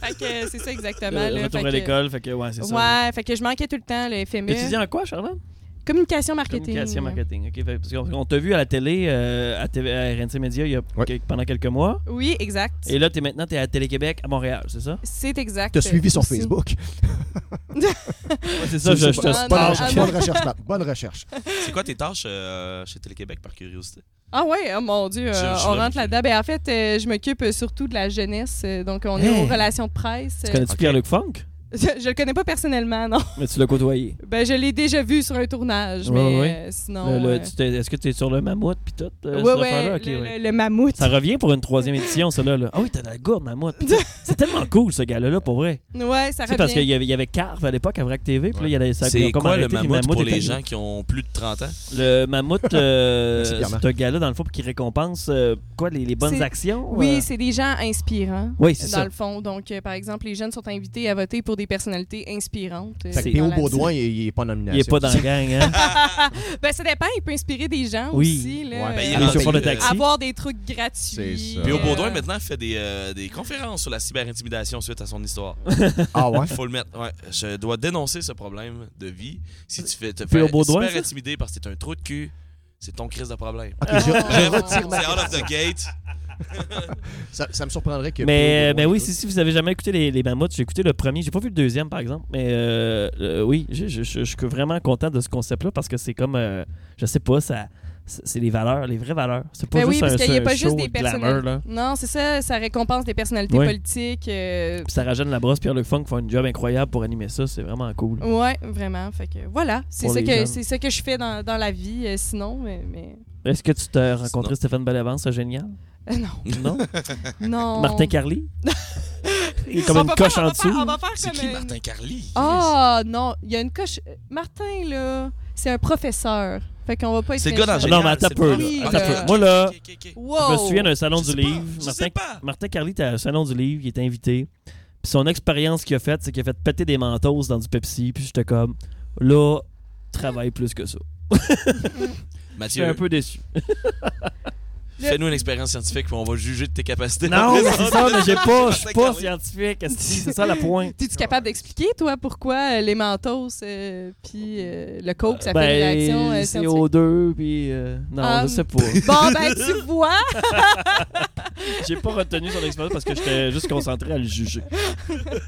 Speaker 12: Fait que euh, c'est ça exactement.
Speaker 9: Le
Speaker 12: là.
Speaker 9: retour à
Speaker 12: Fait que-
Speaker 9: l'école, fait que ouais, c'est ça.
Speaker 12: Ouais, fait que je manquais tout le temps le FME.
Speaker 9: Étudiant en quoi, Charlotte?
Speaker 12: Communication marketing.
Speaker 9: Communication marketing. OK, fait- parce qu'on on t'a vu à la télé, euh, à, TV à RNC Média, il y a
Speaker 10: Ouais.
Speaker 9: quelques- pendant quelques mois.
Speaker 12: Oui, exact.
Speaker 9: Et là, t'es maintenant t'es à Télé-Québec, à Montréal, c'est ça?
Speaker 12: C'est exact.
Speaker 10: T'as suivi sur
Speaker 12: Aussi.
Speaker 10: Facebook.
Speaker 9: Ouais, c'est ça, je, je te
Speaker 12: pas-
Speaker 10: Bonne
Speaker 12: Ah,
Speaker 9: stalk.
Speaker 10: recherche,
Speaker 12: non.
Speaker 10: bonne recherche, Pat. Bonne recherche.
Speaker 11: C'est quoi tes tâches euh, chez Télé-Québec par curiosité?
Speaker 12: Ah ouais, oh mon Dieu, euh,
Speaker 11: Je- je
Speaker 12: on
Speaker 11: l'avoue
Speaker 12: rentre là-dedans. Ben, en fait, euh, je m'occupe surtout de la jeunesse, euh, donc on est
Speaker 9: Hey.
Speaker 12: aux relations de presse.
Speaker 9: Tu
Speaker 12: euh,
Speaker 9: connais-tu Pierre-Luc Funk?
Speaker 12: Je, je le connais pas personnellement, non.
Speaker 9: Mais tu l'as côtoyé.
Speaker 12: Ben, je l'ai déjà vu sur un tournage, mais
Speaker 9: Ouais, ouais.
Speaker 12: euh, sinon...
Speaker 9: Le- le-
Speaker 12: euh,
Speaker 9: tu t'es- Est-ce que tu es sur le mammouth puis tout? euh,
Speaker 12: Ouais,
Speaker 9: cette
Speaker 12: ouais,
Speaker 9: affaire-là? Ok,
Speaker 12: le-
Speaker 9: ouais.
Speaker 12: le- le mammouth.
Speaker 9: Ça revient pour une troisième édition, ça là. là. Ah oui, t'as de la gourde, mammouth. pis tout. C'est tellement cool, ce gars-là, là, pour vrai.
Speaker 12: Ouais, ça
Speaker 9: Tu sais, parce
Speaker 12: revient.
Speaker 9: qu'il y avait, il y avait Carve à l'époque à Vrac TV. Puis là, il y avait ça. ils
Speaker 11: C'est
Speaker 9: ont comme
Speaker 11: quoi le
Speaker 9: arrêté, les
Speaker 11: mammouth
Speaker 9: mammouths
Speaker 11: pour les
Speaker 9: étaient-
Speaker 11: gens qui ont plus de 30 ans?
Speaker 9: Le mammouth, euh,
Speaker 11: Merci, Pierre-Marc.
Speaker 9: c'est un gars-là, dans le fond, qui récompense euh, quoi, les, les bonnes
Speaker 12: C'est-
Speaker 9: actions.
Speaker 12: Oui,
Speaker 9: euh,
Speaker 12: c'est des gens inspirants.
Speaker 9: Oui, c'est
Speaker 12: dans
Speaker 9: ça.
Speaker 12: le fond. Donc, euh, par exemple, les jeunes sont invités à voter pour des personnalités inspirantes. euh,
Speaker 10: Fait que
Speaker 12: dans
Speaker 10: P.O.
Speaker 12: la-
Speaker 10: Baudouin, il il est pas nominé.
Speaker 9: Il est pas dans la gang, hein?
Speaker 12: ben, ça dépend, il peut inspirer des gens
Speaker 9: Oui.
Speaker 12: aussi. Là,
Speaker 11: Ouais, ben, il est
Speaker 12: euh,
Speaker 11: dans le chauffeur de
Speaker 12: euh,
Speaker 11: taxi.
Speaker 12: Avoir des trucs gratuits.
Speaker 11: Puis au
Speaker 12: euh,
Speaker 11: Baudouin, maintenant, fait des, euh, des conférences sur la cyberintimidation suite à son histoire.
Speaker 10: Ah ouais?
Speaker 11: Faut le mettre. Ouais, je dois dénoncer ce problème de vie. Si tu fais te
Speaker 9: Puis
Speaker 11: faire
Speaker 9: au Baudouin, ça?
Speaker 11: cyberintimider parce que t'es un trou de cul, c'est ton crise de problème.
Speaker 10: Ok, je- je
Speaker 11: Bref,
Speaker 10: retire ma
Speaker 11: C'est out of the gate.
Speaker 10: ça, ça me surprendrait que.
Speaker 9: Mais,
Speaker 10: P.O.
Speaker 9: mais
Speaker 10: Baudouin-
Speaker 9: oui, si, si vous avez jamais écouté les, les mammouths, j'ai écouté le premier, j'ai pas vu le deuxième par exemple, mais euh, euh, oui, j'ai- je je- je suis vraiment content de ce concept-là parce que c'est comme, euh, je sais pas, ça, c'est c'est les valeurs, les vraies valeurs. C'est pas
Speaker 12: ben oui,
Speaker 9: juste
Speaker 12: parce
Speaker 9: un,
Speaker 12: qu'il n'y a
Speaker 9: un
Speaker 12: pas
Speaker 9: show
Speaker 12: juste des
Speaker 9: de glamour, là.
Speaker 12: personnalités. Non, c'est ça, ça récompense des personnalités
Speaker 9: Ouais.
Speaker 12: politiques. euh,
Speaker 9: Puis Sarah Jeanne Labrosse, Pierre-Luc Funk font un job incroyable pour animer ça, c'est vraiment cool.
Speaker 12: Ouais, vraiment. Fait que voilà, c'est
Speaker 9: Pour
Speaker 12: ça
Speaker 9: les
Speaker 12: que
Speaker 9: jeunes.
Speaker 12: c'est ça que je fais dans, dans la vie. euh, sinon, mais, mais-
Speaker 9: Est-ce que tu t'es rencontré Stéphane Bellevance, c'est génial?
Speaker 12: Euh, non.
Speaker 9: Non?
Speaker 12: Non.
Speaker 9: Martin Carly? Il est comme
Speaker 12: On
Speaker 9: une
Speaker 12: va
Speaker 9: coche
Speaker 12: faire- on
Speaker 9: en
Speaker 12: va faire-
Speaker 9: dessous.
Speaker 12: on va faire
Speaker 11: C'est
Speaker 12: comme
Speaker 11: qui
Speaker 12: une-
Speaker 11: Martin Carly?
Speaker 12: Ah non, il y a une coche. Martin là, c'est un professeur. Fait qu'on va pas être.
Speaker 11: C'est le gars dans
Speaker 12: méchant.
Speaker 9: Non, mais attends un peu, là.
Speaker 12: Oui,
Speaker 9: Attends un
Speaker 12: là.
Speaker 9: peu. Moi, là, je me
Speaker 12: Wow.
Speaker 9: souviens d'un salon du livre.
Speaker 11: je
Speaker 9: Martin,
Speaker 11: sais pas.
Speaker 9: Martin Carly était au salon du livre, il était invité. Puis son expérience qu'il a faite, c'est qu'il a fait péter des mentos dans du Pepsi. Puis j'étais comme, là, travaille plus que ça. J'étais
Speaker 11: Mathieu.
Speaker 9: un peu déçu.
Speaker 11: Fais-nous une expérience scientifique, puis on va juger de tes capacités.
Speaker 9: Non, mais c'est ça, mais j'ai pas, je suis
Speaker 11: Martin
Speaker 9: pas
Speaker 11: Carly.
Speaker 9: scientifique. esti, C'est ça la pointe.
Speaker 12: T'es-tu capable d'expliquer, toi, pourquoi euh, les mentos euh, puis euh, le coke, ça fait une réaction
Speaker 9: Ben,
Speaker 12: euh,
Speaker 9: c'est
Speaker 12: scientifique?
Speaker 9: CO2, puis. euh, non,
Speaker 12: Ah,
Speaker 9: je sais pas.
Speaker 12: Bon, ben, tu vois!
Speaker 9: J'ai pas retenu son expérience parce que j'étais juste concentré à le juger.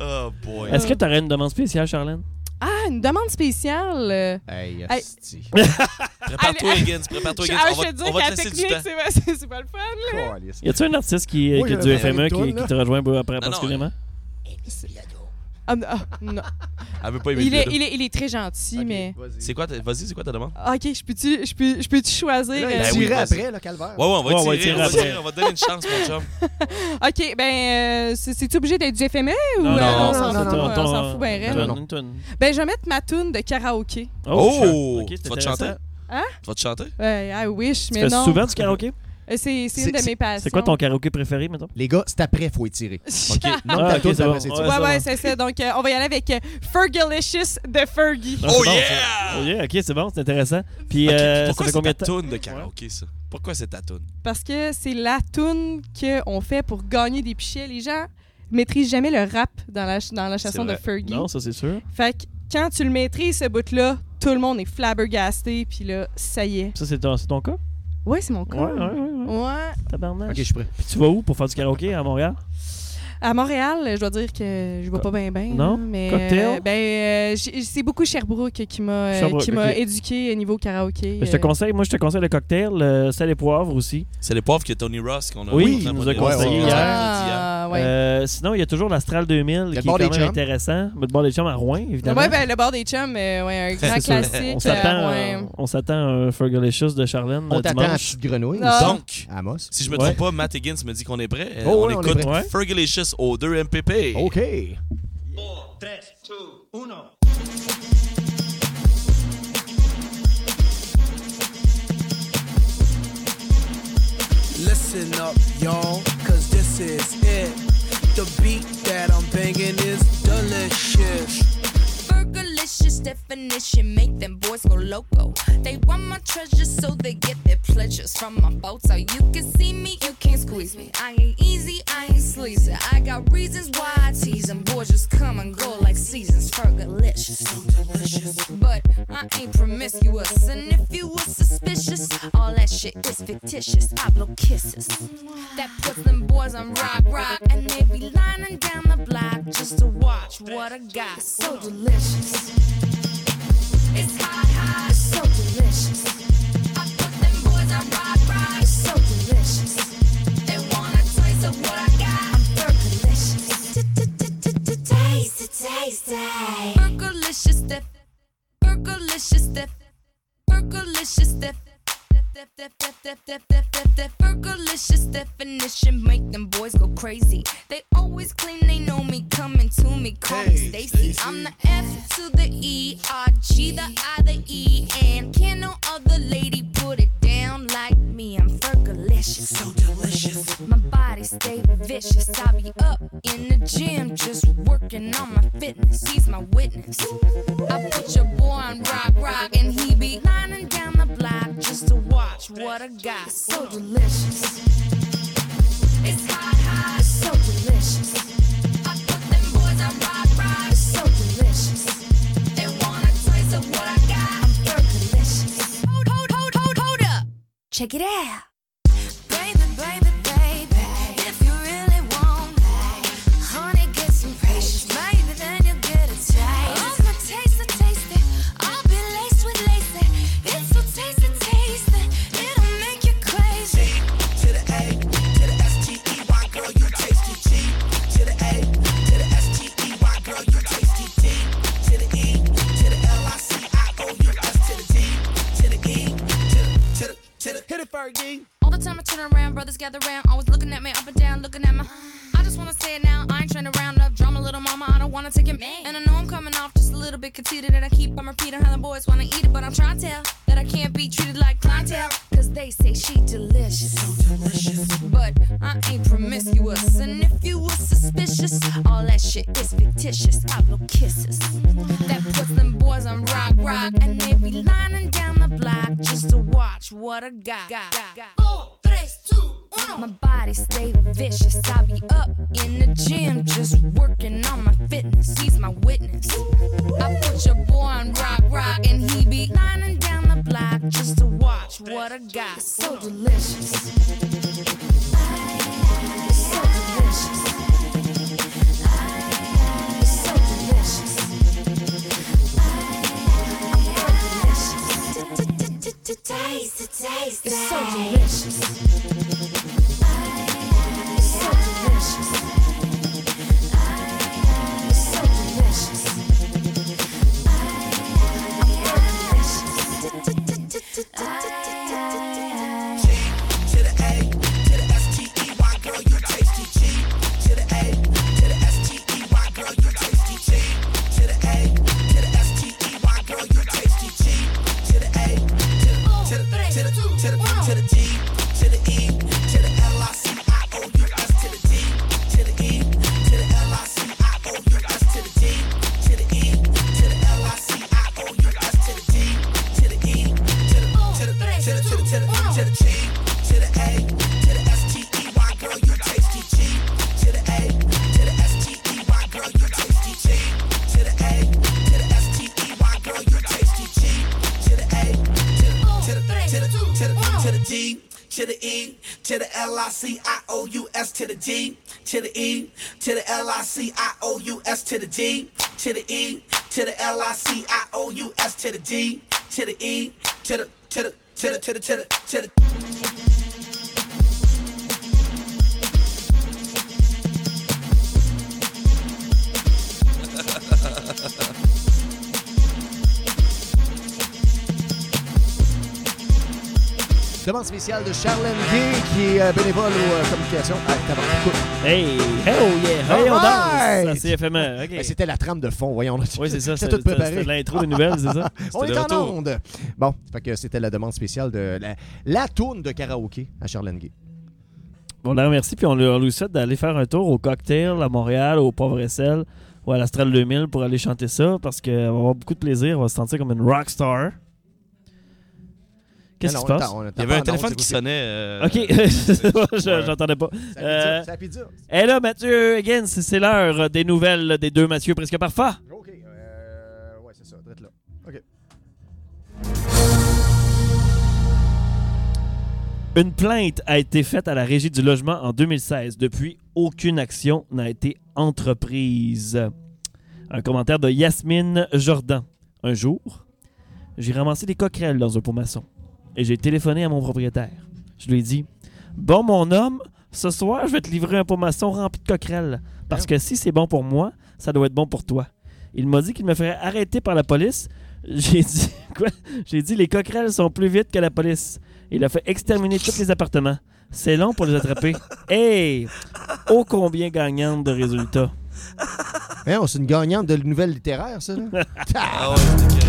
Speaker 11: Oh boy.
Speaker 9: Est-ce que t'aurais une demande spéciale, Charlène?
Speaker 12: Ah, une demande spéciale! euh,
Speaker 10: Hey,
Speaker 12: Hey.
Speaker 10: asti.
Speaker 11: Prépare-toi,
Speaker 12: Allez,
Speaker 11: Higgins. Prépare-toi,
Speaker 12: Je-
Speaker 11: Higgins.
Speaker 12: ah,
Speaker 11: On va,
Speaker 12: je te dis
Speaker 11: on va
Speaker 12: que
Speaker 11: te
Speaker 12: la
Speaker 11: laisser du
Speaker 12: technique,
Speaker 11: temps.
Speaker 12: c'est pas, c'est pas le fun, là!
Speaker 10: Caliste.
Speaker 9: Y a-tu un artiste qui, euh,
Speaker 10: Moi,
Speaker 9: qui est
Speaker 10: j'avais
Speaker 9: du
Speaker 10: fait
Speaker 9: FME
Speaker 10: une
Speaker 9: qui,
Speaker 10: toune,
Speaker 9: qui
Speaker 10: là.
Speaker 9: te rejoint euh,
Speaker 11: non,
Speaker 9: particulièrement?
Speaker 10: hein.
Speaker 12: Ah, non, ah, non.
Speaker 11: Elle veut pas aimer
Speaker 12: Il, est,
Speaker 11: le-
Speaker 12: il, est, il est très gentil, mais.
Speaker 11: C'est quoi, ta- vas-y, c'est quoi ta demande?
Speaker 12: Ah, Ok, je peux-tu je peux, je peux choisir?
Speaker 10: Là,
Speaker 12: euh,
Speaker 9: Ben
Speaker 10: il
Speaker 11: oui,
Speaker 10: tirait
Speaker 11: vas-y.
Speaker 10: après, le calvaire.
Speaker 11: Ouais, ouais, on va
Speaker 9: Ouais,
Speaker 11: tirer,
Speaker 9: on va tirer
Speaker 11: on va
Speaker 9: après.
Speaker 11: tirer, on va te donner une chance, mon chum.
Speaker 12: Ok, ben, euh, c'est- c'est-tu obligé d'être du FME ou
Speaker 9: Non,
Speaker 12: euh,
Speaker 11: non,
Speaker 12: on s'en
Speaker 10: non,
Speaker 12: fout,
Speaker 10: non,
Speaker 12: euh, on s'en fout, ben,
Speaker 9: une
Speaker 12: raide?
Speaker 9: toune,
Speaker 10: non.
Speaker 9: une toune.
Speaker 12: Ben, je vais mettre ma toune de karaoké.
Speaker 11: Oh!
Speaker 9: ok, c'est
Speaker 11: Tu vas te
Speaker 9: intéressant.
Speaker 11: chanter?
Speaker 12: Hein?
Speaker 11: Tu vas te chanter?
Speaker 12: Ouais, I wish, mais
Speaker 9: Tu fais
Speaker 12: non.
Speaker 9: souvent du karaoké?
Speaker 12: Euh, C'est c'est une
Speaker 10: C'est-
Speaker 12: de mes passions.
Speaker 9: C'est quoi ton karaoké préféré, mettons?
Speaker 10: Les gars, c'est après, faut y tirer. OK. Non,
Speaker 9: Ah,
Speaker 10: t'as
Speaker 9: ok,
Speaker 10: tout,
Speaker 9: c'est
Speaker 10: t'as
Speaker 9: bon.
Speaker 10: après, c'est
Speaker 9: Ouais,
Speaker 10: tiré.
Speaker 12: Ouais,
Speaker 9: ça
Speaker 12: ouais,
Speaker 9: va.
Speaker 12: c'est ça. Donc, euh, on va y aller avec euh, Fergalicious de Fergie.
Speaker 9: Ah, c'est
Speaker 11: Oh
Speaker 9: bon, ça.
Speaker 11: yeah!
Speaker 9: Oh yeah, ok, c'est bon, c'est intéressant. Puis
Speaker 11: Ok,
Speaker 9: euh, ça
Speaker 11: Pourquoi
Speaker 9: fait
Speaker 11: c'est
Speaker 9: combien
Speaker 11: ta
Speaker 9: de temps?
Speaker 11: toune de karaoké, ça? Pourquoi c'est ta toune?
Speaker 12: Parce que c'est la toune qu'on fait pour gagner des pichets. Les gens maîtrisent jamais le rap dans la, ch- dans la chanson de
Speaker 11: vrai.
Speaker 12: Fergie.
Speaker 9: Non, ça c'est sûr.
Speaker 12: Fait que quand tu le maîtrises, ce bout-là, tout le monde est flabbergasté. Puis là, ça y est.
Speaker 9: Ça c'est ton, c'est ton cas?
Speaker 12: Ouais, c'est mon
Speaker 9: Ouais,
Speaker 12: cas.
Speaker 9: ouais, ouais. ouais.
Speaker 12: Ouais.
Speaker 9: Tabarnak.
Speaker 10: Ok, Ah, je suis prêt.
Speaker 9: Puis tu vas où pour faire du karaoké à Montréal?
Speaker 12: À Montréal, je dois dire que je vois pas bien bien.
Speaker 9: Non?
Speaker 12: Mais
Speaker 9: Cocktail?
Speaker 12: euh, ben, euh, j'ai- c'est beaucoup Sherbrooke qui m'a euh,
Speaker 9: Sherbrooke,
Speaker 12: qui m'a
Speaker 9: ok.
Speaker 12: éduqué au niveau karaoké.
Speaker 9: Ben, Je te
Speaker 12: euh.
Speaker 9: conseille, moi je te conseille le cocktail, le sel et poivre aussi.
Speaker 11: C'est les poivres que Tony Ross qu'on a
Speaker 9: Oui,
Speaker 11: rencontré
Speaker 9: il
Speaker 11: à
Speaker 9: nous
Speaker 11: Montréal.
Speaker 9: a conseillé
Speaker 11: Ouais, ouais,
Speaker 9: hier.
Speaker 12: Ah, ouais.
Speaker 9: Euh, sinon, il y a toujours l'Astral 2000
Speaker 10: Il y
Speaker 9: qui
Speaker 10: a le
Speaker 9: est
Speaker 10: bord
Speaker 9: quand
Speaker 10: des
Speaker 9: même
Speaker 10: chums.
Speaker 9: intéressant. Mais Le bord des chums à Rouen, évidemment.
Speaker 12: Ouais, ben, le bar des chums, euh, ouais, un grand
Speaker 9: C'est sûr.
Speaker 12: classique.
Speaker 9: On s'attend,
Speaker 12: euh,
Speaker 9: euh,
Speaker 12: ouais.
Speaker 9: on s'attend à un Fergalicious de Charlène
Speaker 10: On
Speaker 9: euh,
Speaker 10: t'attend à
Speaker 9: dimanche.
Speaker 10: Petite Grenouille.
Speaker 12: Ah.
Speaker 11: Donc,
Speaker 10: Amos.
Speaker 11: si je me
Speaker 9: Ouais.
Speaker 11: trompe pas, Matt Higgins me dit qu'on est prêt. Euh,
Speaker 10: Oh,
Speaker 11: on
Speaker 10: ouais, on est
Speaker 11: écoute
Speaker 9: prêt.
Speaker 11: Fergalicious au 2 MPP.
Speaker 10: OK.
Speaker 13: Listen up, y'all, cause this is it. The beat that I'm banging is delicious.
Speaker 2: Fergalicious definition, make them boys go loco. They want my treasures, so they get their pleasures from my boat. So you can see me, you can't squeeze me. I ain't easy, I ain't sleazy. I got reasons why I tease them. Boys just come and go like seasons. Fergalicious, so delicious. But I ain't promiscuous, and if you were suspicious, all that shit is fictitious. I blow kisses. That puts them boys on rock, rock, and they be lining down the block just to watch what I got. It's so delicious. It's hot, hot, it's so delicious. I put them boys on rock, Burgerlicious dip. Burgerlicious dip. Burgerlicious dip. Burgerlicious definition make them boys go crazy. They always claim they know me, coming to me, call me Stacy. I'm the F to the E, R G the I the E, and can no other lady put it down like me. I'm fergalicious, so delicious. My body stay vicious. I be up in the gym, just working on my fitness. He's my witness. I put your boy on rock, rock, and he be lining down the block just to watch what I got. So delicious. It's hot, hot, it's so delicious. I put them boys on rock, rock, it's so delicious. They want a taste of what I got. I'm fergalicious. Hold, hold, hold, hold, hold up. Check it out. Baby, baby, baby, if you really want that, honey, get some patience. Maybe then you'll get a taste. Oh, my taste, I taste it. I'll be laced with lace. It's so tasty, tasty. It'll make you crazy.
Speaker 13: To the A, to the S T E Y, girl, you tasty G. To the A, to the S T E Y, girl, you tasty D. To the E, to the L I C I O U S, to the D. To the E, to the, to the, to the, hit it, Fergie.
Speaker 2: All the time I turn around, brothers gather around, always looking at me up and down, looking at my. I just wanna say it now, I ain't trying to round up drama, little mama, I don't wanna take it. And I know I'm coming off just a little bit conceited, and I keep on repeating how the boys wanna eat it, but I'm trying to tell that I can't be treated like clientele, cause they say she delicious. But I ain't promiscuous, and if you were suspicious, all that shit is fictitious. I blow kisses. That puts them boys on rock, rock, and they be lining down the block just to watch what I got. Four, three, two, uno. My body stay vicious. I be up in the gym just working on my fitness. He's my witness. I put your boy on rock, rock, and he be lining down the block just to watch what I got. So delicious. So delicious. So delicious. I'm fergalicious. Taste it, taste it. It's so delicious. It's so delicious. It's so delicious. I'm fergalicious.
Speaker 13: To the A, to the S T E Y, girl, you tasty G. To the A, to the S T E Y, girl, you tasty G. To the A, to the S T E Y, girl, you tasty G. To the A, to the, to the, to the, to the, to the G. To the E, to the L I C I O U S. To the D, to the E, to the L I C I O U S. To the D, to the E, to the L I C I O U S. To the D, to the E, to the, to the, to the, to the, to the, to the G. To the A, to the S T E Y, girl, you tasty G. To the A, to the S T E Y, girl, you tasty G. To the A, to the S T E Y, girl, you tasty G. To the A, to the, to the, to the, to the, to the D. To the E, to the L I C I O U S, to the D, to the E, to the L I C I O U S, to the D, to the E, to the L I C I O U S, to the D, to the E, to the, to the, to the, to the, to the, to the.
Speaker 10: Demande spéciale de Charlène Gay, qui est euh, bénévole aux euh, communications à Tabaroucou.
Speaker 9: Hey, oh yeah, hey, on
Speaker 10: Alright!
Speaker 9: danse. C'est FME. OK.
Speaker 10: Ben, C'était la trame de fond, voyons.
Speaker 9: Oui, c'est ça,
Speaker 10: C'était
Speaker 9: c'est-
Speaker 10: tout préparé.
Speaker 9: c'était l'intro des nouvelles, c'est ça?
Speaker 10: On
Speaker 9: C'était
Speaker 10: est
Speaker 9: le
Speaker 10: en
Speaker 9: retour.
Speaker 10: onde. Bon, fait que c'était la demande spéciale de la, la tourne de karaoké à Charlène Gay.
Speaker 9: On la remercie, puis on lui, on lui souhaite d'aller faire un tour au Cocktail, à Montréal, au Pauvre Sel ou à l'Astral 2000 pour aller chanter ça, parce qu'on va avoir beaucoup de plaisir, on va se sentir comme une rockstar. Qu'est-ce qui
Speaker 10: Alors,
Speaker 9: se
Speaker 10: on
Speaker 9: passe?
Speaker 10: attend- on attend
Speaker 11: Il y avait un téléphone qui sonnait. euh,
Speaker 9: OK, Je-
Speaker 11: ouais.
Speaker 9: j'entendais pas.
Speaker 10: Ça a pu
Speaker 9: Euh,
Speaker 10: dire, ça a pu dire.
Speaker 9: Et là, Mathieu, again, c'est c'est l'heure des nouvelles des deux Mathieu presque parfois.
Speaker 10: OK. Euh, ouais, c'est ça. Drette là. OK.
Speaker 9: Une plainte a été faite à la Régie du logement en 2016. Depuis, aucune action n'a été entreprise. Un commentaire de Yasmine Jordan. Un jour, j'ai ramassé des coquerelles dans un pot maçon et j'ai téléphoné à mon propriétaire. Je lui ai dit Bon, mon homme, ce soir, je vais te livrer un pot maçon rempli de coquerelles parce que si c'est bon pour moi, ça doit être bon pour toi. Il m'a dit qu'il me ferait arrêter par la police. J'ai dit quoi J'ai dit les coquerelles sont plus vite que la police. Il a fait exterminer tous les appartements. C'est long pour les attraper. Hey, ô combien gagnante de résultats.
Speaker 10: Hein, c'est une gagnante de nouvelle littéraire, ça. là.
Speaker 11: Ah ouais, c'était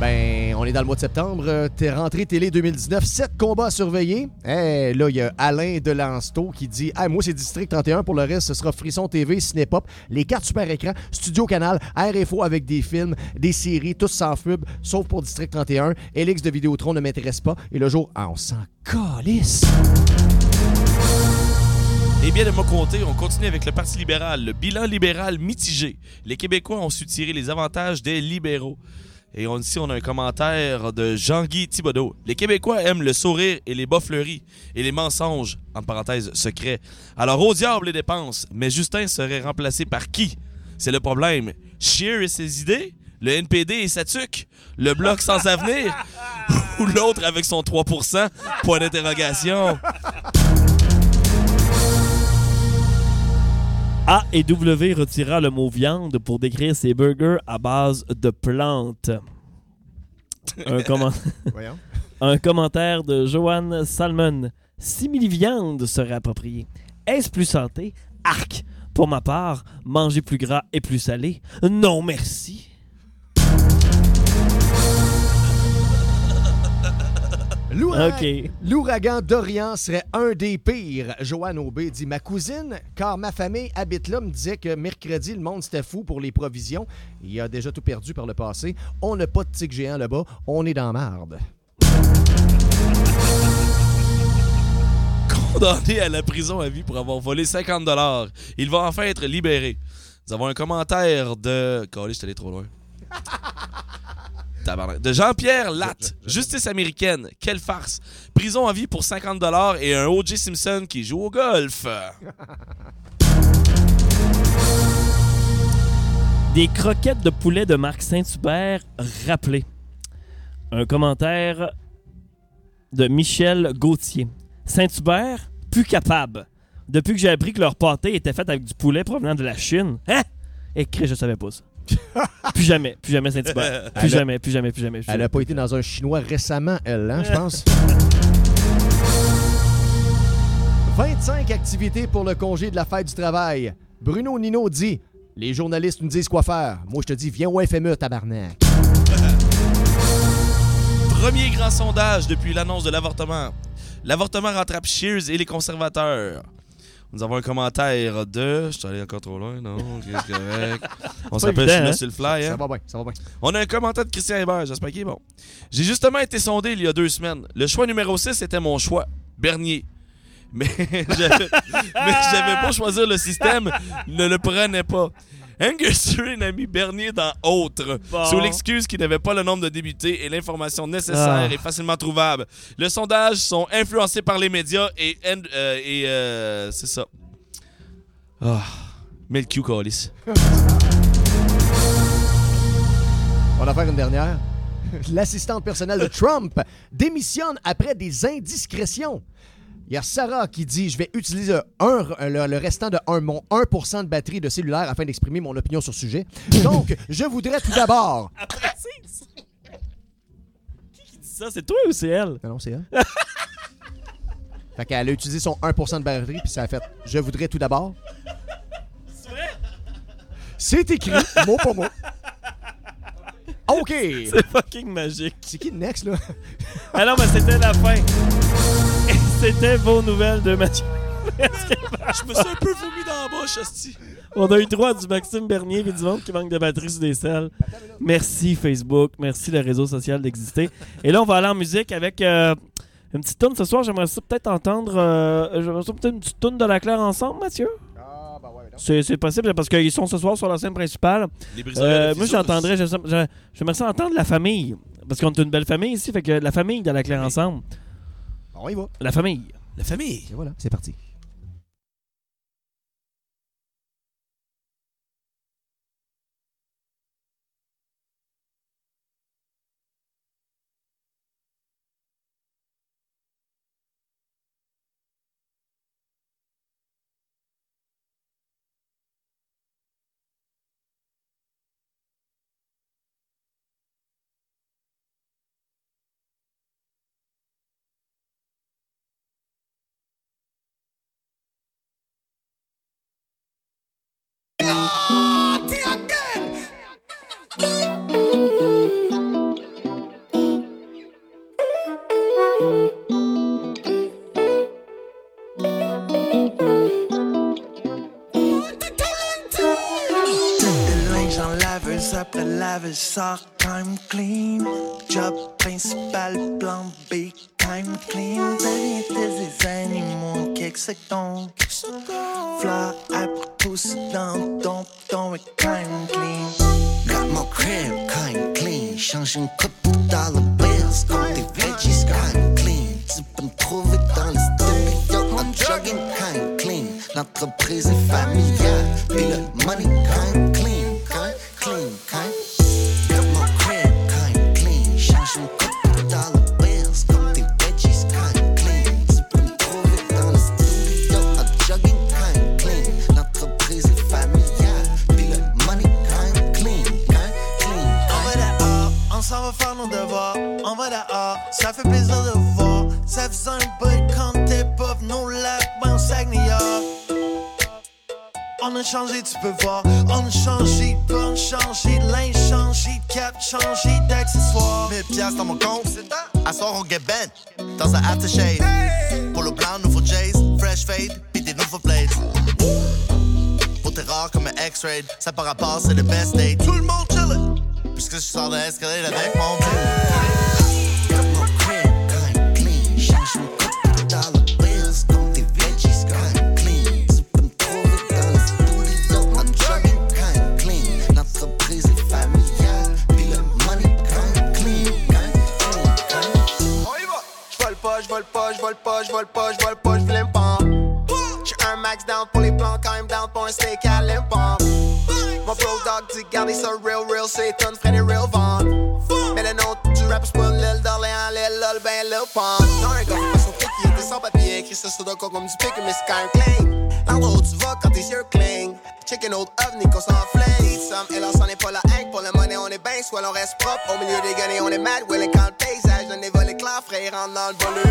Speaker 10: ben, on est dans le mois de septembre. Euh, T'es rentré télé 2019. Sept combats à surveiller. Hey, là, il y a Alain Delansto qui dit Ah, Moi, c'est District 31. Pour le reste, ce sera Frisson TV, Cinépop, les cartes super écran, Studio Canal, RFO avec des films, des séries, tous sans pub, sauf pour District 31. Elix de Vidéotron ne m'intéresse pas. Et le jour, ah, on s'en calisse.
Speaker 11: Eh bien, de mon côté, on continue avec le Parti libéral. Le bilan libéral mitigé. Les Québécois ont su tirer les avantages des libéraux. Et on, ici, on a un commentaire de Jean-Guy Thibodeau. Les Québécois aiment le sourire et les bas fleuris et les mensonges, en parenthèse, secrets. Alors, au diable les dépenses. Mais Justin serait remplacé par qui? C'est le problème. Shear et ses idées? Le NPD et sa tuque? Le Bloc sans avenir? Ou l'autre avec son 3%? Point d'interrogation.
Speaker 9: A et W retira le mot viande pour décrire ses burgers à base de plantes. Un, comment-
Speaker 10: Voyons.
Speaker 9: Un commentaire de Johan Salmon. Simili-viande serait approprié. Est-ce plus santé? Arc! Pour ma part, manger plus gras et plus salé? Non, merci!
Speaker 10: L'ouragan
Speaker 9: Ok.
Speaker 10: l'ouragan d'Orient serait un des pires. Joanne Aubé dit Ma cousine, car ma famille habite là, me disait que mercredi, le monde c'était fou pour les provisions. Il a déjà tout perdu par le passé. On n'a pas de tic géant là-bas. On est dans marde.
Speaker 11: condamné à la prison à vie pour avoir volé 50 dollars. Il va enfin être libéré. Nous avons un commentaire de. Calé, je suis allé trop loin. Tabarnak. De Jean-Pierre Latte. Justice américaine. Quelle farce. Prison à vie pour 50 dollars et un O.J. Simpson qui joue au golf.
Speaker 9: Des croquettes de poulet de marque Saint-Hubert rappelées. Un commentaire de Michel Gauthier. Saint-Hubert, plus capable. Depuis que j'ai appris que leur pâté était fait avec du poulet provenant de la Chine. Hein? Écrit, je savais pas ça. plus jamais, plus jamais Saint-Hubert. Plus
Speaker 10: Elle a-
Speaker 9: jamais, plus jamais, plus jamais. plus
Speaker 10: Elle
Speaker 9: jamais.
Speaker 10: n'a pas été dans un chinois récemment, elle, hein, je pense. 25 activités pour le congé de la fête du travail. Bruno Nino dit Les journalistes nous disent quoi faire. Moi, je te dis Viens au FME, tabarnak.
Speaker 11: Premier grand sondage depuis l'annonce de l'avortement. L'avortement rattrape Shears et les conservateurs. Nous avons un commentaire de. Je suis allé encore trop loin, non? Qu'est-ce que correct. On
Speaker 10: C'est pas
Speaker 11: s'appelle
Speaker 10: évident, hein?
Speaker 11: je suis là sur le fly.
Speaker 10: Ça
Speaker 11: hein?
Speaker 10: va bien, ça va bien.
Speaker 11: On a un commentaire de Christian Hébert, j'espère qu'il est bon. J'ai justement été sondé il y a deux semaines. Le choix numéro 6 était mon choix, Bernier. Mais j'avais mais j'avais pas choisir le système, ne le prenait pas. Angus Green a mis Bernier dans Autre,
Speaker 9: Bon.
Speaker 11: sous l'excuse qu'il n'avait pas le nombre de débutés et l'information nécessaire
Speaker 9: Ah.
Speaker 11: est facilement trouvable. Le sondage sont influencés par les médias et. and- euh, et euh, C'est ça. Ah, mets le cul, Callis.
Speaker 10: On va faire une dernière. L'assistante personnelle de Trump démissionne après des indiscrétions. Il y a Sarah qui dit Je vais utiliser un- le, le restant de un, mon 1 de batterie de cellulaire afin d'exprimer mon opinion sur le sujet. Donc, je voudrais tout d'abord.
Speaker 9: Qui dit ça, c'est toi ou c'est elle
Speaker 10: Non, non, c'est elle. Fait qu'elle a utilisé son 1 de batterie, puis ça a fait Je voudrais tout d'abord. C'est écrit, mot pour mot. OK.
Speaker 9: C'est fucking magique.
Speaker 10: C'est qui le next, là?
Speaker 9: Ah non, mais c'était la fin. Et C'était vos nouvelles de Mathieu.
Speaker 11: Je me suis un peu vomi dans la bouche, hostie.
Speaker 9: On a eu droit à du Maxime Bernier et du monde qui manque de batterie sur des selles. Merci Facebook, merci le réseau social d'exister. Et là, on va aller en musique avec euh, une petite tune ce soir. J'aimerais ça peut-être entendre. euh, j'aimerais ça peut-être une petite tune de la Claire ensemble, Mathieu. C'est c'est possible parce qu'ils sont ce soir sur la scène principale. Euh,
Speaker 11: Les briseurs et les
Speaker 9: moi,
Speaker 11: fissures.
Speaker 9: j'entendrais, j'aime ça- j'aime- j'aimerais ça entendre la famille. Parce qu'on est une belle famille ici, fait que la famille de la Claire ensemble.
Speaker 10: On y va.
Speaker 9: La famille.
Speaker 11: La famille.
Speaker 10: Et voilà, c'est parti.
Speaker 14: Le linge en laveuse après laveuse sort time clean. Job principal, plan B, time clean. Deviens des animaux, qu'est-ce que donc? Fleur, arbre, pousse dans ton ton et time clean.
Speaker 13: Got my crib kind clean. Change une couple dollar bills contre des veggies kind clean. Tu peux me trouver dans les studios en jogging kind clean. L'entreprise est familiale, puis le money kind clean, kind clean, kind. Got my crib kind clean. Change une couple dollar bills contre des veggies kind clean. Tu peux me trouver dans les studios en jogging kind clean. L'entreprise est familiale, puis le money kind clean, kind clean.
Speaker 14: On va dehors, on s'en va faire nos devoirs. On va dehors, ça fait plaisir de voir. Ça faisait un bout quand t'es pas venu au lac, ben au Saguenay. On a changé, tu peux voir. On a changé, de bonne changé, de linge changé, de cap changé, d'accessoires.
Speaker 15: 1000 piastres dans mon compte. À soir, on get bent dans un aftershave. Pour le blanc, nouveau Jays, fresh fade, pis des nouveaux blades. Pour tes rares comme un X-Raid, ça par rapport, c'est le best date. Tout le monde chillin', puisque je sors de l'escalade avec mon
Speaker 16: J'vole pas, j'vole pas, j'vole pas, j'vole pas, j'vole pas, j'flime pas. J'suis un max down pour les plans, quand même down pour un steak à l'impompe. Mon flow dog dit garder ça real, real, c'est ton frère des real ventes. Mais le nom du rap, c'est pas l'île d'Orléans, l'île lol, ben l'île pente. Non, un gars, faut pas son fric, il était sans papier, écrit ça sur le corps comme du pic, mais c'est quand même clean. L'endroit où tu vas quand tes yeux clignent. Check une autre ovni qu'on s'enflamme. Need some, et là, c'en est pas la hank. Pour la monnaie, on est ben, soit l'on reste propre. Au milieu des guenilles, on est mad. Willing quand le paysage, donne des volets clairs, frère, rentre dans le volume.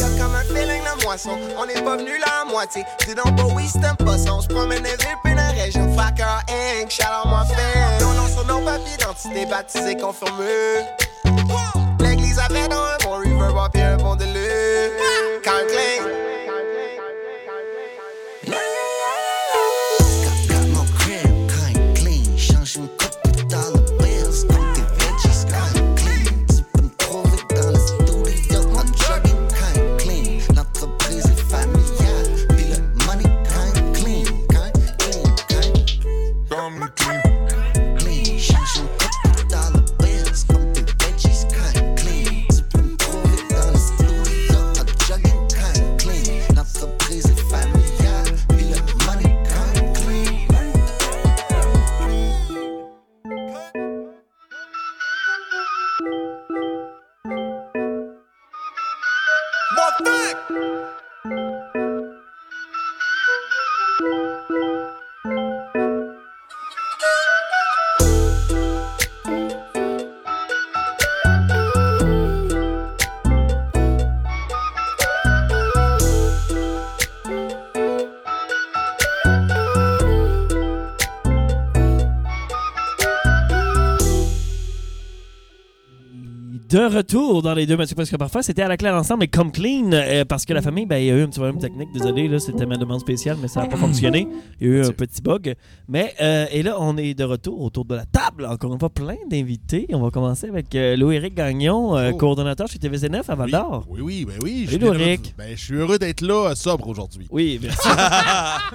Speaker 16: Y'a comme un feeling de moisson, on n'est pas venu là à moitié. Dis donc, Bowie, c'est un poisson. On se promène des villes, puis la région. Fuck our hank, chaleur, moi, fan. Non, non, sur nos papiers d'identité, baptisé, confirmé. L'église avait dans un bon river, bon, puis un bon délire. Quand clean.
Speaker 9: De retour dans les deux matchs presque parfois, c'était à la claire ensemble et comme clean euh, parce que la famille, ben, il y a eu un petit problème technique. Désolé, là, c'était ma demande spéciale, mais ça n'a pas fonctionné. Il y a eu un petit bug. Mais euh, et là, on est de retour autour de la table. Encore une fois, plein d'invités. On va commencer avec euh, Louis-Éric Gagnon, euh, coordonnateur chez TVC9 à Val d'Or.
Speaker 17: Oh. Oui, oui, ben oui. je
Speaker 9: Salut,
Speaker 17: suis heureux
Speaker 9: Loïc.
Speaker 17: de- Ben, je suis heureux d'être là, euh, sobre aujourd'hui.
Speaker 9: Oui, merci.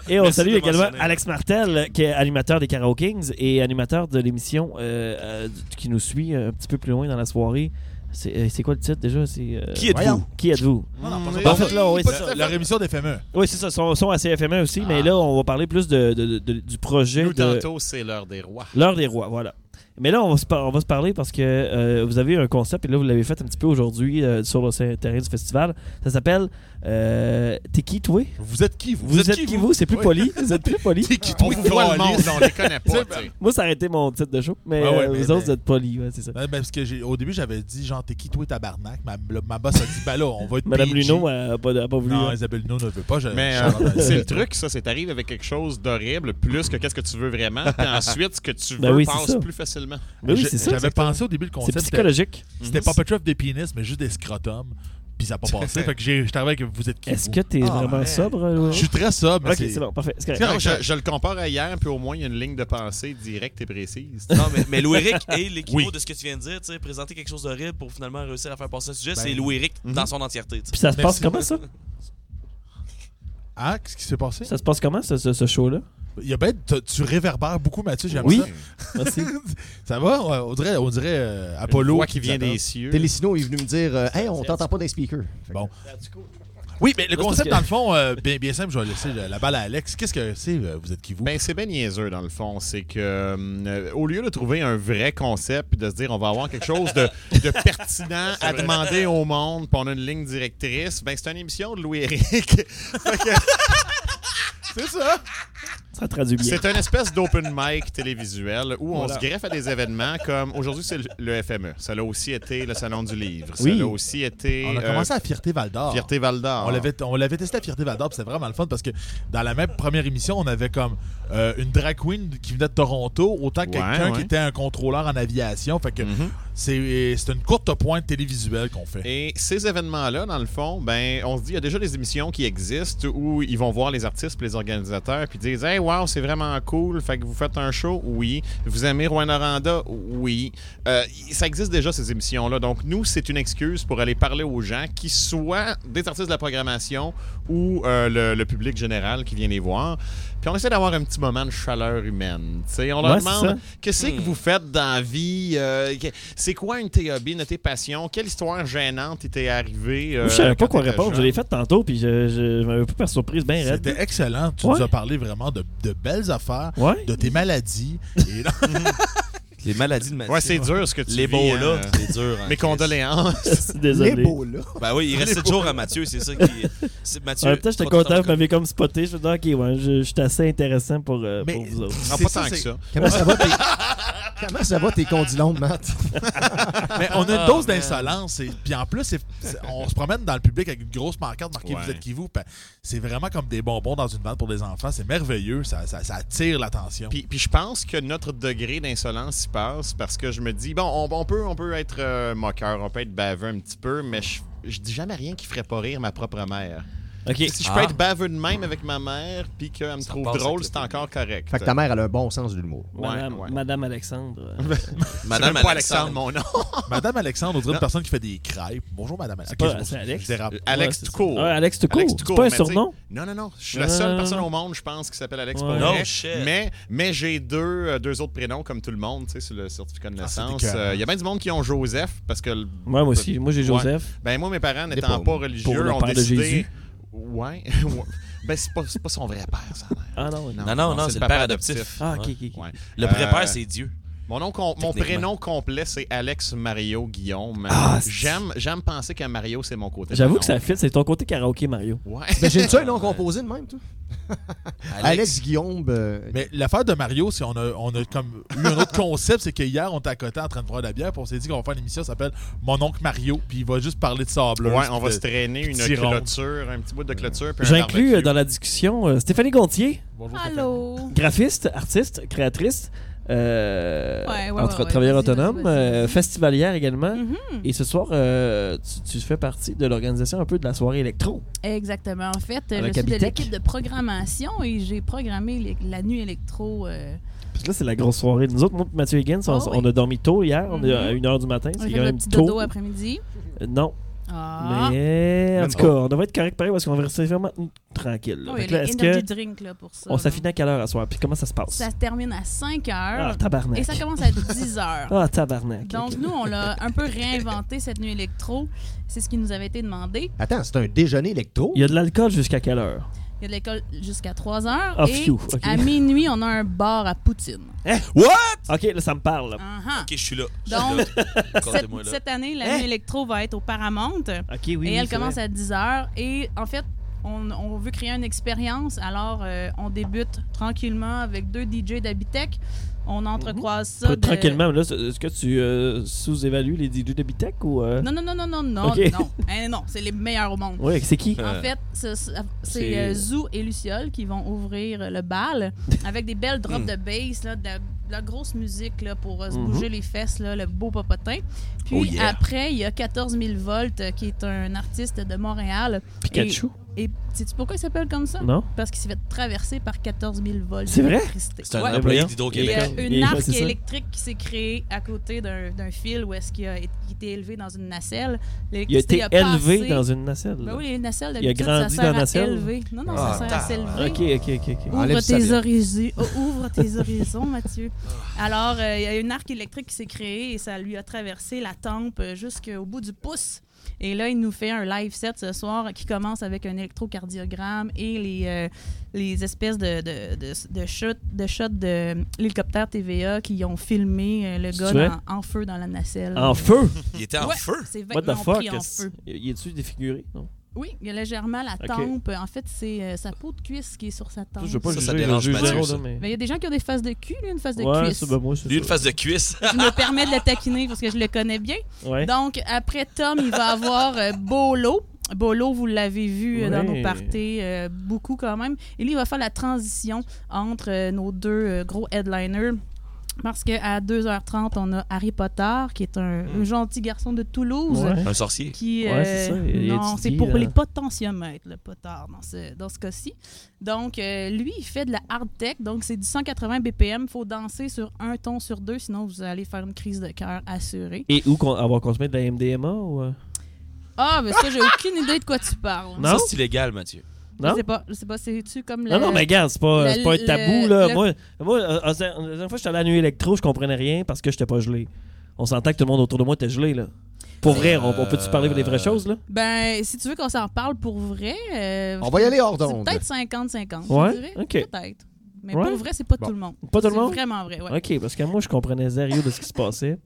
Speaker 9: Et on
Speaker 17: Merci
Speaker 9: salue
Speaker 17: de
Speaker 9: également
Speaker 17: mentionner.
Speaker 9: Alex Martel, qui est animateur des Carao Kings et animateur de l'émission euh, euh, du- qui nous suit euh, un petit peu plus loin dans la soirée. C'est euh, c'est quoi le titre déjà C'est, euh,
Speaker 17: Qui êtes-vous?
Speaker 9: voyons, Qui êtes-vous
Speaker 17: Non, non, pas ça.
Speaker 9: Donc,
Speaker 17: Pas
Speaker 9: en fait, là, oui,
Speaker 17: tout
Speaker 9: c'est
Speaker 17: à
Speaker 9: ça.
Speaker 17: fait. Leur émission d'FME.
Speaker 9: Oui, c'est ça. Son, son à CFME aussi, mais
Speaker 17: Ah.
Speaker 9: là, on va parler plus de, de- de- du projet.
Speaker 18: Nous,
Speaker 9: de-
Speaker 18: tantôt, c'est l'heure des rois.
Speaker 9: L'heure des rois, voilà. Mais là, on va se, par- on va se parler parce que euh, vous avez un concept, et là, vous l'avez fait un petit peu aujourd'hui euh, sur le ser- terrain du festival. Ça s'appelle euh, T'es qui, toi
Speaker 17: Vous êtes qui, vous
Speaker 9: Vous, êtes, qui, vous C'est plus
Speaker 17: Oui.
Speaker 9: poli. Vous êtes plus poli. T'es qui,
Speaker 17: toi? On vous voit le monde, on les connaît pas, tu sais.
Speaker 9: Moi, ça a été mon titre de show, mais
Speaker 17: Ah ouais,
Speaker 9: euh,
Speaker 17: mais-
Speaker 9: vous autres,
Speaker 17: mais-
Speaker 9: vous êtes poli, ouais, c'est ça.
Speaker 17: Ben, ben, parce que j'ai- au début, j'avais dit, genre, t'es qui, toi, tabarnak? Ma, le- ma boss a dit, ben là, on va être.
Speaker 9: Madame
Speaker 17: PG.
Speaker 9: Luneau, elle a pas- elle a pas voulu,
Speaker 17: Non,
Speaker 9: hein.
Speaker 17: Isabelle Luneau ne veut pas. je-
Speaker 18: Mais
Speaker 17: je-
Speaker 18: euh, c'est le truc, ça, c'est t'arrives avec quelque chose d'horrible, plus que qu'est-ce que tu veux vraiment, puis ensuite, ce que tu veux
Speaker 9: Ben oui, c'est
Speaker 18: passe
Speaker 9: ça.
Speaker 18: plus facilement. Absolument.
Speaker 9: Mais oui,
Speaker 17: J'ai-
Speaker 9: c'est ça,
Speaker 17: J'avais
Speaker 9: exactement.
Speaker 17: pensé au début le concept.
Speaker 9: C'est
Speaker 17: c'était-
Speaker 9: psychologique.
Speaker 17: C'était
Speaker 9: Mhm.
Speaker 17: Puppet Trap des pénis, mais juste des scrotums. Puis ça n'a pas passé. fait que j'ai- j'étais avec vous êtes qui
Speaker 9: Est-ce
Speaker 17: vous?
Speaker 9: que t'es
Speaker 17: Ah,
Speaker 9: vraiment
Speaker 17: man.
Speaker 9: sobre? euh,
Speaker 17: Je suis très sobre.
Speaker 9: Ok, c'est bon, parfait. C'est correct.
Speaker 18: Non, je, je le compare à hier, puis au moins, il y a une ligne de pensée directe et précise.
Speaker 11: Non, mais, mais Louis-Éric est l'équivalent de ce que tu viens de dire, tu sais, présenter quelque chose d'horrible pour finalement réussir à faire passer le sujet,
Speaker 18: Ben,
Speaker 11: c'est Louis-Éric
Speaker 18: mhm.
Speaker 11: dans son entièreté. tu sais.
Speaker 9: Puis ça se passe comment, ça?
Speaker 17: Ah, qu'est-ce qui s'est passé?
Speaker 9: Ça se passe comment, ce, ce- ce show-là?
Speaker 17: Il y a ben, tu- tu réverbères beaucoup, Mathieu, j'aime
Speaker 9: Oui.
Speaker 17: ça.
Speaker 9: Merci.
Speaker 17: ça va? Ouais, On dirait, on dirait euh, Apollo.
Speaker 18: voix qui vient des
Speaker 17: s'adore.
Speaker 18: cieux.
Speaker 10: Télésino est venu me dire euh, Hey, on t'entend pas dans les speakers.
Speaker 17: Bon. Oui, mais le
Speaker 18: Parce
Speaker 17: concept,
Speaker 18: que-
Speaker 17: dans le fond, euh, bien, bien simple, je vais laisser le- Euh, la balle à Alex. Qu'est-ce que c'est, euh, vous êtes qui vous?
Speaker 18: Ben, c'est bien niaiseux, dans le fond. C'est que, euh, au lieu de trouver un vrai concept puis de se dire on va avoir quelque chose de, de pertinent
Speaker 17: C'est
Speaker 18: à
Speaker 17: vrai.
Speaker 18: demander au monde, puis on a une ligne directrice, ben, c'est une émission de Louis-Éric. Fait que- c'est ça.
Speaker 9: Ça traduit bien.
Speaker 18: C'est une espèce d'open mic télévisuel où on
Speaker 9: Voilà.
Speaker 18: se greffe à des événements comme aujourd'hui, c'est le- le FME. Ça l'a aussi été le Salon du Livre.
Speaker 17: Oui.
Speaker 18: Ça l'a aussi été.
Speaker 17: On a
Speaker 18: euh,
Speaker 17: commencé à Fierté Val d'Or.
Speaker 18: Fierté Val d'Or.
Speaker 17: On l'avait, on l'avait testé à Fierté Val d'Or, puis c'était vraiment le fun parce que dans la même première émission, on avait comme euh, une drag queen qui venait de Toronto, autant que
Speaker 18: Ouais,
Speaker 17: quelqu'un
Speaker 18: ouais. Mm-hmm.
Speaker 17: qui était un contrôleur en aviation. Fait que c'est, c'est une courte pointe télévisuelle qu'on fait.
Speaker 18: Et ces événements-là, dans le fond, ben, on se dit, il y a déjà des émissions qui existent où ils vont voir les artistes puis les organisateurs puis disent, hey, wow, c'est vraiment cool, fait que vous faites un show, oui. Vous aimez Rouen Aranda, oui. Euh, ça existe déjà, ces émissions-là. Donc, nous, c'est une excuse pour aller parler aux gens qui soient des artistes de la programmation ou euh, le, le public général qui vient les voir. Puis on essaie d'avoir un petit moment de chaleur humaine. tu sais. On leur
Speaker 9: Ouais, c'est ça.
Speaker 18: demande, Qu'est-ce
Speaker 17: Hmm.
Speaker 11: Hmm.
Speaker 18: que vous faites dans la vie? Euh, que- c'est quoi une TAB, une de tes passions? Quelle histoire gênante t'était arrivée? euh,
Speaker 9: Moi, je savais pas
Speaker 18: quand
Speaker 9: quoi
Speaker 18: t'étais
Speaker 9: répondre. Je
Speaker 18: jeune?
Speaker 9: l'ai fait tantôt, puis je, je, je m'avais pas par surprise, ben raide.
Speaker 17: C'était excellent. Tu
Speaker 9: Ouais.
Speaker 17: nous as parlé vraiment de, de belles affaires,
Speaker 9: Ouais.
Speaker 17: de tes maladies. Et-
Speaker 11: Les maladies de Mathieu.
Speaker 18: Ouais, c'est dur ce que tu
Speaker 11: Les
Speaker 18: vis,
Speaker 11: beaux là,
Speaker 18: hein.
Speaker 11: c'est dur. hein,
Speaker 18: Mes
Speaker 11: Chris.
Speaker 18: condoléances.
Speaker 9: Désolé.
Speaker 11: Ben oui, il reste
Speaker 18: Les
Speaker 11: 7
Speaker 18: beaux
Speaker 11: jours
Speaker 18: là.
Speaker 11: à Mathieu, c'est ça qui. c'est- Mathieu.
Speaker 9: En même temps, j'étais
Speaker 11: trop de
Speaker 9: content,
Speaker 11: temps.
Speaker 9: vous m'avez comme spoté. Je me disais, ok, ouais, je, je suis assez intéressant pour, euh,
Speaker 17: Mais
Speaker 9: pour vous autres.
Speaker 18: Ah, pas tant que ça.
Speaker 10: Comment ça va tes, Comment ça va tes condylomes, Matt?
Speaker 17: Mais on
Speaker 9: Ah,
Speaker 17: a une dose d'insolence. et- Puis en plus, c'est- c'est- on se promène dans le public avec une grosse pancarte marquée
Speaker 18: Ouais.
Speaker 17: Vous êtes qui vous. Puis C'est vraiment comme des bonbons dans une vanne pour des enfants. C'est merveilleux. Ça, ça- ça attire l'attention.
Speaker 18: Puis, puis je pense que notre degré d'insolence y passe parce que je me dis, bon, on, on peut, on peut être euh, moqueur, on peut être baveux un petit peu, mais je, je dis jamais rien qui ferait pas rire ma propre mère.
Speaker 9: Ok.
Speaker 18: Si je peux
Speaker 9: Ah.
Speaker 18: être baveux de même avec ma mère, puis qu'elle me trouve
Speaker 11: passe avec
Speaker 18: drôle,
Speaker 11: le
Speaker 18: c'est encore correct.
Speaker 10: Fait que ta mère, elle a un bon sens de l'humour.
Speaker 9: Madame,
Speaker 18: ouais.
Speaker 9: Madame Alexandre. euh,
Speaker 18: Madame pas Alexandre, mon nom.
Speaker 17: Madame Alexandre, on dirait une
Speaker 18: Non.
Speaker 17: personne qui fait des crêpes. Bonjour, Madame Alexandre.
Speaker 9: pas-
Speaker 17: Ok,
Speaker 9: c'est
Speaker 17: je- je
Speaker 9: Alex.
Speaker 17: dérape.
Speaker 18: Alex
Speaker 9: Ouais,
Speaker 18: tout
Speaker 9: c'est
Speaker 18: court.
Speaker 9: ça. Ouais, Alex tout court.
Speaker 18: tout
Speaker 9: C'est pas un
Speaker 18: mais tu sais-
Speaker 9: surnom?
Speaker 18: Non, non, non. Je suis
Speaker 9: Non,
Speaker 18: la
Speaker 9: non,
Speaker 18: seule
Speaker 9: non,
Speaker 18: personne
Speaker 9: non.
Speaker 18: au monde, je pense, qui s'appelle Alex
Speaker 9: Ouais.
Speaker 18: pour
Speaker 11: No
Speaker 18: vrai.
Speaker 11: shit.
Speaker 18: Mais, mais j'ai deux, euh, deux autres prénoms, comme tout le monde, tu sais, sur le certificat
Speaker 17: Ah,
Speaker 18: de naissance. Euh, Il
Speaker 9: écœurant.
Speaker 18: y a bien du monde qui ont Joseph, parce que... le-
Speaker 9: moi aussi. Moi, j'ai
Speaker 18: Ouais.
Speaker 9: Joseph.
Speaker 18: Ben, moi, mes parents
Speaker 9: Pour-
Speaker 18: n'étant pas
Speaker 9: pour
Speaker 18: religieux,
Speaker 9: le
Speaker 18: ont
Speaker 9: père de
Speaker 18: décidé...
Speaker 9: Jésus.
Speaker 18: Ouais. ben, c'est pas, c'est pas son vrai père, ça. a l'air.
Speaker 9: Ah non,
Speaker 11: Non, non, non, c'est le père adoptif.
Speaker 9: Ah, ok, ok. ok.
Speaker 18: Ouais.
Speaker 11: Le vrai père,
Speaker 18: Euh,
Speaker 11: c'est Dieu.
Speaker 18: mon, nom com- mon
Speaker 11: Techniquement.
Speaker 18: prénom complet, c'est Alex Mario Guillaume. J'aime j'aime penser que Mario, c'est mon côté.
Speaker 9: Ah, J'avoue
Speaker 18: prénom.
Speaker 9: que ça fit. C'est ton côté karaoké, Mario.
Speaker 18: Ouais.
Speaker 10: T'imagines-tu un nom composé de même, toi? Alex,
Speaker 17: Alex.
Speaker 10: Guillaume. euh,
Speaker 17: Mais l'affaire de Mario, c'est on a, on a comme eu un autre concept, c'est que hier on était à côté en train de boire de la bière, puis on s'est dit qu'on va faire une émission qui s'appelle Mon oncle Mario, puis il va juste parler de sable.
Speaker 18: Ouais, on va se traîner une clôture, un petit bout de clôture. puis un
Speaker 9: J'inclus euh,
Speaker 18: barbecue.
Speaker 9: dans la discussion euh, Stéphanie Gontier,
Speaker 12: Allô?
Speaker 9: graphiste, artiste, créatrice, euh,
Speaker 12: Ouais, ouais, ouais,
Speaker 9: entre
Speaker 12: ouais,
Speaker 9: travailleur
Speaker 12: vas-y,
Speaker 9: autonome,
Speaker 12: vas-y, vas-y.
Speaker 9: euh, festivalière également.
Speaker 19: Mhm.
Speaker 9: Et ce soir, euh, tu, tu fais partie de l'organisation un peu de la soirée électro.
Speaker 19: Exactement. En fait, je
Speaker 9: Avec
Speaker 19: suis de
Speaker 9: Habitech.
Speaker 19: l'équipe de programmation et j'ai programmé les- la nuit électro. euh,
Speaker 9: Parce que là, c'est la grosse soirée. Nous autres, moi et Mathieu Higgins, on,
Speaker 19: Ah oui.
Speaker 9: on a dormi tôt hier, on est
Speaker 19: Mhm.
Speaker 9: à 1h du matin.
Speaker 19: on
Speaker 9: C'est
Speaker 19: a fait
Speaker 9: quand
Speaker 19: le
Speaker 9: même
Speaker 19: petit
Speaker 9: tôt.
Speaker 19: dodo après-midi.
Speaker 9: Euh, non.
Speaker 19: Ah.
Speaker 9: Mais en
Speaker 19: Let's
Speaker 9: tout
Speaker 19: go.
Speaker 9: cas, on devrait être correct pareil parce qu'on va rester vraiment mm, tranquille. là.
Speaker 19: Ah Oui,
Speaker 9: Fait que là,
Speaker 19: les
Speaker 9: est-ce
Speaker 19: energy
Speaker 9: que
Speaker 19: drink, là, pour ça,
Speaker 9: on
Speaker 19: là.
Speaker 9: s'affine à quelle heure à soir? Puis comment ça se passe?
Speaker 19: Ça se termine à 5 heures.
Speaker 9: Ah, tabarnak.
Speaker 19: Et ça commence à 10 heures.
Speaker 9: Ah, tabarnak.
Speaker 19: Donc,
Speaker 9: ok.
Speaker 19: nous, on l'a un peu réinventé, cette nuit électro. C'est ce qui nous avait été demandé.
Speaker 10: Attends, c'est un déjeuner électro?
Speaker 9: Il y a de l'alcool jusqu'à quelle heure?
Speaker 19: Il y a de l'école jusqu'à 3 heures.
Speaker 9: Ah,
Speaker 19: et
Speaker 9: phew, ok.
Speaker 19: à minuit, on a un bar à Poutine.
Speaker 9: What? Ok, là, ça me parle. là.
Speaker 19: Ah-ha.
Speaker 11: Ok, je suis là. Je suis
Speaker 19: Uh-huh. Donc,
Speaker 11: là.
Speaker 19: cette,
Speaker 11: Accordez-moi là.
Speaker 19: cette année,
Speaker 9: Hein?
Speaker 19: la nuit électro va être au Paramount.
Speaker 9: oui, oui,
Speaker 19: et elle
Speaker 9: c'est
Speaker 19: commence
Speaker 9: vrai.
Speaker 19: à 10h. Et en fait, on, on veut créer une expérience. Alors, euh, on débute tranquillement avec deux DJ d'Habitech.
Speaker 9: Mhm.
Speaker 19: on entrecroise ça.
Speaker 9: Écoute,
Speaker 19: de-
Speaker 9: Tranquillement, hein? mais là, est-ce que tu euh, sous-évalues les DJ de Bitec ou. euh?
Speaker 19: Non, non, non, non, non, non,
Speaker 9: Ok.
Speaker 19: non. Hein, non, c'est les meilleurs au monde.
Speaker 9: Ouais, c'est qui?
Speaker 19: En
Speaker 9: Euh,
Speaker 19: fait, ce- ce- c'est
Speaker 9: c'est-
Speaker 19: euh, Zoo et Luciole qui vont ouvrir euh, le bal avec des belles drops
Speaker 9: Mm.
Speaker 12: Hmm.
Speaker 19: de bass, là, de, la, de la grosse musique là, pour euh, se
Speaker 9: Mm-hmm.
Speaker 12: Mhm.
Speaker 19: bouger les fesses, là, le beau popotin. Puis
Speaker 12: Oh yeah.
Speaker 19: après, il y a 14 000 volts euh, qui est un artiste de Montréal.
Speaker 9: Pikachu?
Speaker 19: Et, et sais-tu pourquoi il s'appelle comme ça?
Speaker 9: Non.
Speaker 19: Parce qu'il s'est fait traverser par 14 000 volts.
Speaker 9: C'est vrai?
Speaker 19: d'électricité.
Speaker 11: C'est un
Speaker 19: Ouais.
Speaker 11: employé
Speaker 9: voyons.
Speaker 11: d'Hydro-Québec.
Speaker 19: Il y a
Speaker 11: Et-
Speaker 19: une arc
Speaker 11: c'est ça.
Speaker 19: électrique qui s'est créée à côté d'un d'un fil où est-ce qu'il a é- il était élevé dans une nacelle.
Speaker 9: Il a été
Speaker 19: L'électricité
Speaker 9: élevé
Speaker 19: passé-
Speaker 9: dans une nacelle.
Speaker 19: Ben oui, les nacelles
Speaker 9: Il a
Speaker 19: d'habitude, ça
Speaker 9: grandi
Speaker 19: sert
Speaker 9: dans
Speaker 19: à
Speaker 9: la nacelle.
Speaker 19: élever. Non, non, ça sert à s'élever.
Speaker 9: Ok, ok, ok. ok.
Speaker 19: Ouvre tes, horizons, oh, ouvre tes horizons, Mathieu.
Speaker 11: Ah.
Speaker 19: Alors, euh, il y a une arc électrique qui s'est créée et ça lui a traversé la tempe euh, jusqu'au bout du pouce. Et là, il nous fait un live set ce soir qui commence avec un électrocardiogramme et les, euh, les espèces de, de, de, de shots de, shots de l'hélicoptère TVA qui ont filmé euh, le
Speaker 9: C'est
Speaker 19: gars
Speaker 9: vrai?
Speaker 19: dans- en feu dans la nacelle.
Speaker 9: En feu?
Speaker 11: Il était en
Speaker 19: Ouais,
Speaker 11: feu?
Speaker 19: Ses
Speaker 9: What
Speaker 19: vêtements
Speaker 9: the
Speaker 19: ont
Speaker 9: fuck?
Speaker 19: pris en
Speaker 9: est-ce-
Speaker 19: feu.
Speaker 9: Il est-tu défiguré? Non.
Speaker 19: Oui, il a légèrement la
Speaker 9: Ok.
Speaker 19: tempe. En fait, c'est euh, sa peau de cuisse qui est sur sa tempe.
Speaker 9: Je veux pas
Speaker 11: Ça,
Speaker 9: juger,
Speaker 11: ça dérange
Speaker 9: je juge
Speaker 11: Mathieu,
Speaker 9: zéro,
Speaker 11: ça.
Speaker 9: là, mais-
Speaker 19: Mais il y a des gens qui ont des faces de cul, lui, une face de
Speaker 9: Ouais,
Speaker 19: cuisse.
Speaker 9: ça, ben, moi, c'est
Speaker 11: Lui, une face de cuisse.
Speaker 19: Je me permets de le taquiner parce que je le connais bien.
Speaker 11: Ouais.
Speaker 19: Donc, après Tom, il va avoir euh, Bolo. Bolo, vous l'avez vu euh, dans
Speaker 12: Ouais.
Speaker 19: nos parties, euh, beaucoup quand même. Et lui, il va faire la transition entre euh, nos deux euh, gros headliners. Parce qu'à 2h30, on a Harry Potter, qui est un, un gentil garçon de Toulouse.
Speaker 11: Ouais. Mm. Un sorcier.
Speaker 19: Qui,
Speaker 11: Ouais,
Speaker 19: euh,
Speaker 11: c'est ça, il- il
Speaker 19: non,
Speaker 11: étudie,
Speaker 19: c'est pour
Speaker 11: là.
Speaker 19: les potentiomètres, le Potter, dans ce, dans ce cas-ci. Donc, euh, lui, il fait de la hard tech. Donc, c'est du 180 BPM. faut danser sur un ton sur deux, sinon vous allez faire une crise de cœur assurée.
Speaker 9: Et où qu'on- avoir consommé de la MDMA ou. euh?
Speaker 19: Ah, mais ça, j'ai aucune idée de quoi tu parles.
Speaker 9: Non?
Speaker 11: Ça, c'est illégal, Mathieu.
Speaker 19: Je sais pas, je sais pas, c'est-tu comme le...
Speaker 9: Non, non, mais regarde, c'est pas,
Speaker 19: le-
Speaker 9: c'est pas un
Speaker 19: le-
Speaker 9: tabou. Là.
Speaker 19: le-
Speaker 9: Moi, moi, euh, la dernière fois que j'étais allé à la nuit électro, je comprenais rien parce que j'étais pas gelé. On s'entend que tout le monde autour de moi était gelé. Là. Pour vrai, on, on peut-tu parler des vraies choses? là
Speaker 19: Ben, si tu veux qu'on s'en parle pour vrai... euh,
Speaker 9: On va y aller hors
Speaker 19: c'est
Speaker 9: d'onde.
Speaker 19: peut-être 50-50,
Speaker 9: Ouais?
Speaker 19: je dirais.
Speaker 9: Ok.
Speaker 19: Peut-être. Mais
Speaker 9: Ouais.
Speaker 19: pour vrai, c'est pas
Speaker 9: Bon.
Speaker 19: tout le monde.
Speaker 9: Pas tout le
Speaker 19: C'est
Speaker 9: monde?
Speaker 19: vraiment vrai, ouais.
Speaker 9: Ok, parce que moi, je comprenais zéro de ce qui se passait.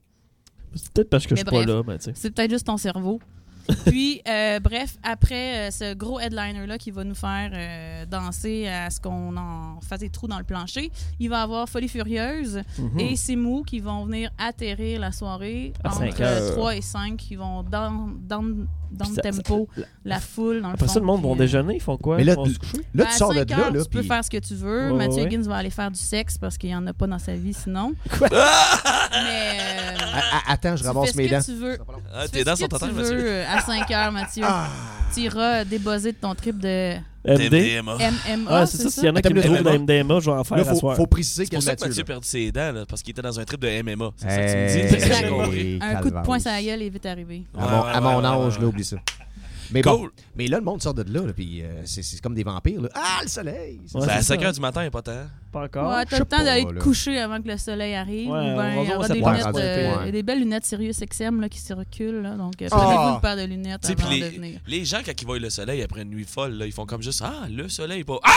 Speaker 9: C'est peut-être parce que je
Speaker 19: Mais
Speaker 9: suis
Speaker 19: bref,
Speaker 9: pas là, mais tu sais.
Speaker 19: C'est peut-être juste ton cerveau. Puis, euh, bref, après euh, ce gros headliner-là qui va nous faire euh, danser à ce qu'on en fasse des trous dans le plancher, il va avoir Folie Furieuse
Speaker 12: Mhm.
Speaker 19: et Simou qui vont venir atterrir la soirée
Speaker 9: À cinq
Speaker 19: entre
Speaker 9: heures.
Speaker 19: 3 et 5, qui vont dans, dans, dans
Speaker 9: Puis
Speaker 19: le
Speaker 9: ça-
Speaker 19: tempo,
Speaker 9: ça-
Speaker 19: la, foule, dans le
Speaker 9: Après ça,
Speaker 19: fond,
Speaker 9: le monde
Speaker 19: puis,
Speaker 9: vont
Speaker 19: euh,
Speaker 9: déjeuner, ils font quoi?
Speaker 10: Mais là,
Speaker 9: ils vont se coucher?
Speaker 10: Là,
Speaker 19: ben,
Speaker 10: tu
Speaker 19: à
Speaker 10: sors de
Speaker 19: cinq
Speaker 10: là,
Speaker 19: heures,
Speaker 10: là,
Speaker 19: Tu peux
Speaker 10: puis-
Speaker 19: faire ce que tu veux.
Speaker 10: Ouais,
Speaker 19: Mathieu
Speaker 10: ouais.
Speaker 19: Higgins va aller faire du sexe parce qu'il n'y en a pas dans sa vie sinon. Mais. euh,
Speaker 10: Ah, ah, attends, je
Speaker 19: tu
Speaker 10: ramasse
Speaker 19: fais
Speaker 10: mes
Speaker 19: ce que
Speaker 10: dents.
Speaker 19: Tu veux.
Speaker 11: Ah,
Speaker 19: Tu
Speaker 11: tes
Speaker 19: fais
Speaker 11: dents
Speaker 19: ce que
Speaker 11: sont en train,
Speaker 19: tu
Speaker 11: Mathieu.
Speaker 19: veux euh, à 5 heures, Mathieu.
Speaker 10: Ah.
Speaker 19: Tu iras débosser de ton trip de.
Speaker 9: MD?
Speaker 19: MMA,
Speaker 9: Ah, c'est ça, s'il y en a qui me trouvent de la MDMA, je vais en faire à soir.
Speaker 11: C'est pour ça que Mathieu a perdu ses dents, là, parce qu'il était dans un trip de MMA. C'est ça
Speaker 10: Hey,
Speaker 11: que tu me dis? J'ai compris.
Speaker 19: Un coup de poing sur la gueule est vite arrivé.
Speaker 10: À mon,
Speaker 11: Ouais,
Speaker 10: à mon
Speaker 11: ouais, ouais,
Speaker 10: âge,
Speaker 11: ouais.
Speaker 10: là, oublie ça. Mais bon,
Speaker 11: Cool.
Speaker 10: mais là, le monde sort de là, là, puis euh, c'est c'est comme des vampires. Là. Ah, le soleil!
Speaker 11: Ben, à 5 h du matin, il n'y a pas tant.
Speaker 9: Pas encore.
Speaker 19: Ouais,
Speaker 10: Je
Speaker 19: t'as
Speaker 10: sais
Speaker 19: le temps d'aller
Speaker 10: pas,
Speaker 19: te
Speaker 10: là.
Speaker 19: coucher avant que le soleil arrive.
Speaker 9: Ouais,
Speaker 19: ou ben,
Speaker 9: on va
Speaker 19: il y
Speaker 9: voir
Speaker 19: aura
Speaker 9: ça
Speaker 19: des,
Speaker 9: part.
Speaker 19: lunettes,
Speaker 9: Ouais,
Speaker 19: euh,
Speaker 9: ouais.
Speaker 19: il y a des belles lunettes Sirius XM là, qui se reculent. là, donc, euh,
Speaker 11: Ah!
Speaker 19: prenez-vous une paire de lunettes
Speaker 11: Tu sais,
Speaker 19: avant
Speaker 11: puis
Speaker 19: de
Speaker 11: les,
Speaker 19: venir.
Speaker 11: les gens, quand ils voient le soleil après une nuit folle, là, ils font comme juste Ah, le soleil, pas Ah,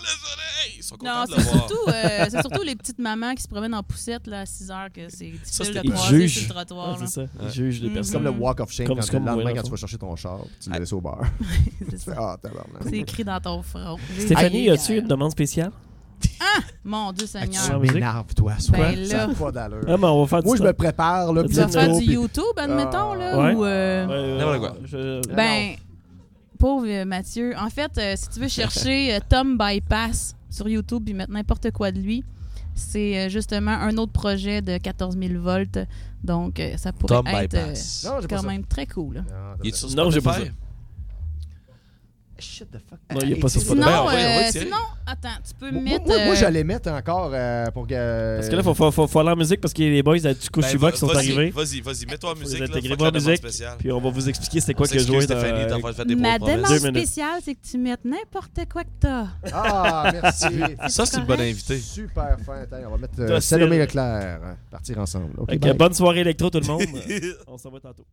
Speaker 11: le soleil! Ils sont contents
Speaker 19: Non,
Speaker 11: de le
Speaker 19: c'est
Speaker 11: voir.
Speaker 19: surtout, euh, c'est surtout les petites mamans qui se promènent en poussette là, à 6 heures que c'est difficile
Speaker 11: c'était
Speaker 19: de
Speaker 11: pas-
Speaker 19: croiser
Speaker 11: Ils
Speaker 19: sur le
Speaker 11: jugent.
Speaker 19: trottoir.
Speaker 9: Ah,
Speaker 19: là. Mhm.
Speaker 9: c'est ça. Ils jugent les
Speaker 10: C'est comme
Speaker 9: personnes.
Speaker 10: le walk of shame
Speaker 9: Comme-
Speaker 10: quand
Speaker 9: c'est comme
Speaker 10: le lendemain,
Speaker 9: moi,
Speaker 10: quand
Speaker 9: dans
Speaker 10: tu
Speaker 9: le
Speaker 10: vas chercher ton char, puis
Speaker 11: Ah.
Speaker 10: tu le laisses au bar.
Speaker 19: C'est ça.
Speaker 10: Ah, tabarnak.
Speaker 19: C'est écrit dans ton front. J'ai
Speaker 9: Stéphanie,
Speaker 19: essayé,
Speaker 9: as-tu une demande spéciale?
Speaker 19: Ah! Mon Dieu Seigneur.
Speaker 10: Tu m'énerves, toi, soir.
Speaker 19: Ben
Speaker 10: Ça
Speaker 19: là.
Speaker 10: n'a pas d'allure.
Speaker 9: Ah, mais on va faire du
Speaker 10: Moi, je
Speaker 9: stop.
Speaker 10: me prépare, là,
Speaker 9: Tu
Speaker 10: puis
Speaker 9: vas
Speaker 10: là,
Speaker 9: faire
Speaker 10: tu
Speaker 9: du
Speaker 10: vois, puis-
Speaker 19: YouTube, ben,
Speaker 11: Ah.
Speaker 10: Ah.
Speaker 19: admettons, là,
Speaker 10: Ouais.
Speaker 19: ou... euh,
Speaker 9: Ouais,
Speaker 11: N'importe quoi.
Speaker 9: je-
Speaker 19: Ben, pauvre euh, Mathieu. En fait, euh, si tu veux chercher euh, Tom Bypass sur YouTube puis mettre n'importe quoi de lui, c'est euh, justement un autre projet de 14 000 volts. Donc, euh, ça pourrait
Speaker 11: Tom
Speaker 19: être euh,
Speaker 11: Bypass. Non, j'ai pas
Speaker 19: quand
Speaker 11: ça.
Speaker 19: même très cool.
Speaker 11: Il est sur
Speaker 9: Non, j'ai pas
Speaker 11: Spotify?
Speaker 10: Shit the fuck.
Speaker 9: Non, il n'y a pas ça.
Speaker 10: Sinon,
Speaker 9: Ben, on
Speaker 19: Euh,
Speaker 9: va- on va tirer.
Speaker 19: sinon, attends, tu peux
Speaker 10: Moi,
Speaker 19: mettre...
Speaker 10: moi, moi,
Speaker 19: euh,
Speaker 10: j'allais mettre encore euh, pour que.
Speaker 9: Parce que là, faut, faut, faut, faut aller en musique parce qu'il y a les boys à Tsukushiba
Speaker 11: Ben,
Speaker 9: qui sont
Speaker 11: vas-y,
Speaker 9: arrivés.
Speaker 11: Vas-y, vas-y, mets-toi en
Speaker 9: Faut
Speaker 11: musique.
Speaker 9: les
Speaker 11: là,
Speaker 9: intégrer
Speaker 11: fuck
Speaker 9: moi en
Speaker 11: la demande
Speaker 9: musique.
Speaker 11: spéciale.
Speaker 9: Puis on va vous expliquer c'est
Speaker 11: On
Speaker 9: quoi que
Speaker 11: s'excuse,
Speaker 9: jouer.
Speaker 11: Stéphanie, t'en vas faire des
Speaker 19: Ma
Speaker 11: grosses promesses.
Speaker 19: demande
Speaker 11: Deux minutes.
Speaker 19: spéciale, c'est que tu mettes n'importe quoi que t'as.
Speaker 10: Ah, merci.
Speaker 11: Ça, c'est une bonne invitée.
Speaker 10: Super fin. Attends, on va mettre euh,
Speaker 9: Docile.
Speaker 10: Salomé Leclerc. hein, Partir ensemble. OK,
Speaker 9: Ok,
Speaker 10: bye.
Speaker 9: bonne soirée électro tout le monde. on s'en va tantôt.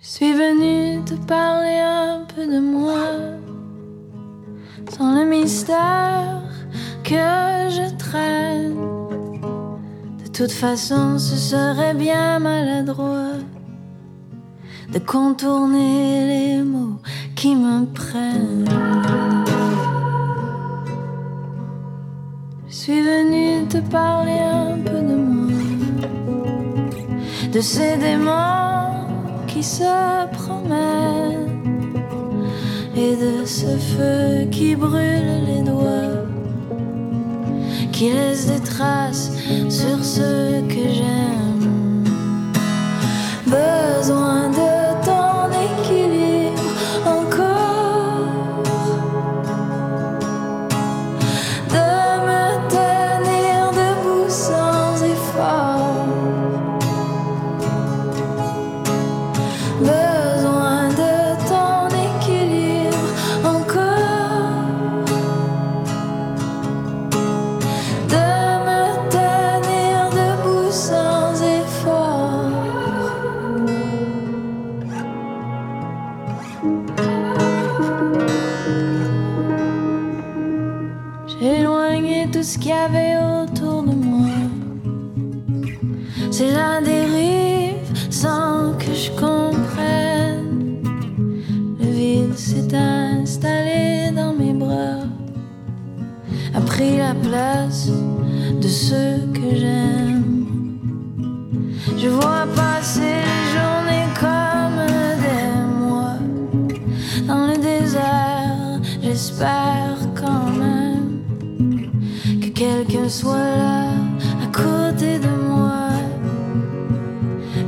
Speaker 20: Je suis venue te parler un peu de moi, sans le mystère que je traîne. De toute façon, ce serait bien maladroit de contourner les mots qui me prennent. Je suis venue te parler un peu de moi, de ces démons qui se promènent et de ce feu qui brûle les doigts, qui laisse des traces sur ceux que j'aime. Besoin de ton équilibre encore, de me tenir debout sans effort. Besoin de ton équilibre encore, de me tenir debout sans effort. J'ai éloigné tout ce qu'il y avait autour de moi. C'est la dérive sans que je comprenne. Le vide s'est installé dans mes bras, a pris la place de ceux que j'aime. Je vois passer les journées comme des mois dans le désert. J'espère quand même que quelqu'un soit là à côté de moi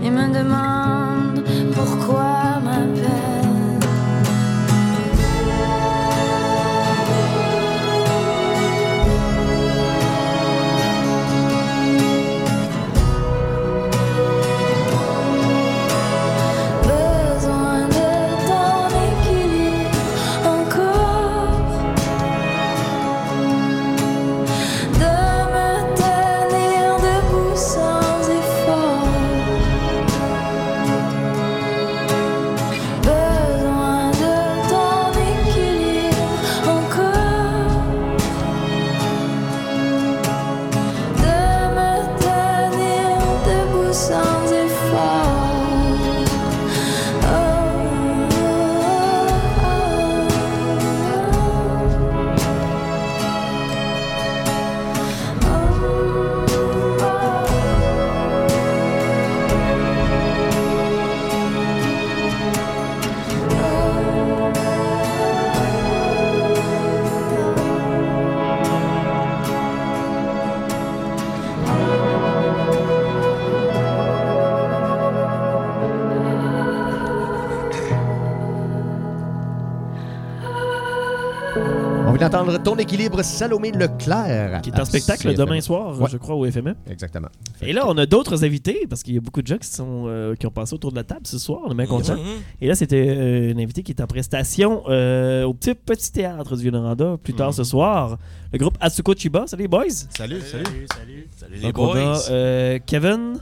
Speaker 20: et me demande pourquoi ma peine. Besoin de ton équilibre encore. De me tenir debout sans effort Besoin de ton équilibre encore De me tenir debout sans effort oh,
Speaker 10: On vient d'entendre ton équilibre Salomé Leclerc.
Speaker 9: Qui est en
Speaker 11: Ah,
Speaker 9: spectacle demain soir, je crois, au FME.
Speaker 10: Exactement.
Speaker 9: Et là, on a d'autres invités parce qu'il y a beaucoup de gens qui, sont, euh, qui ont passé autour de la table ce soir. On est bien content.
Speaker 10: Mhm.
Speaker 9: Et là, c'était euh, une invitée qui est en prestation euh, au petit, petit théâtre du Vieux-Noranda plus
Speaker 11: Mhm.
Speaker 9: tard ce soir. Le groupe Asuko Chiba. Salut, les boys.
Speaker 17: Salut, salut. Salut, salut.
Speaker 11: Salut
Speaker 9: Donc, on a, euh, Kevin.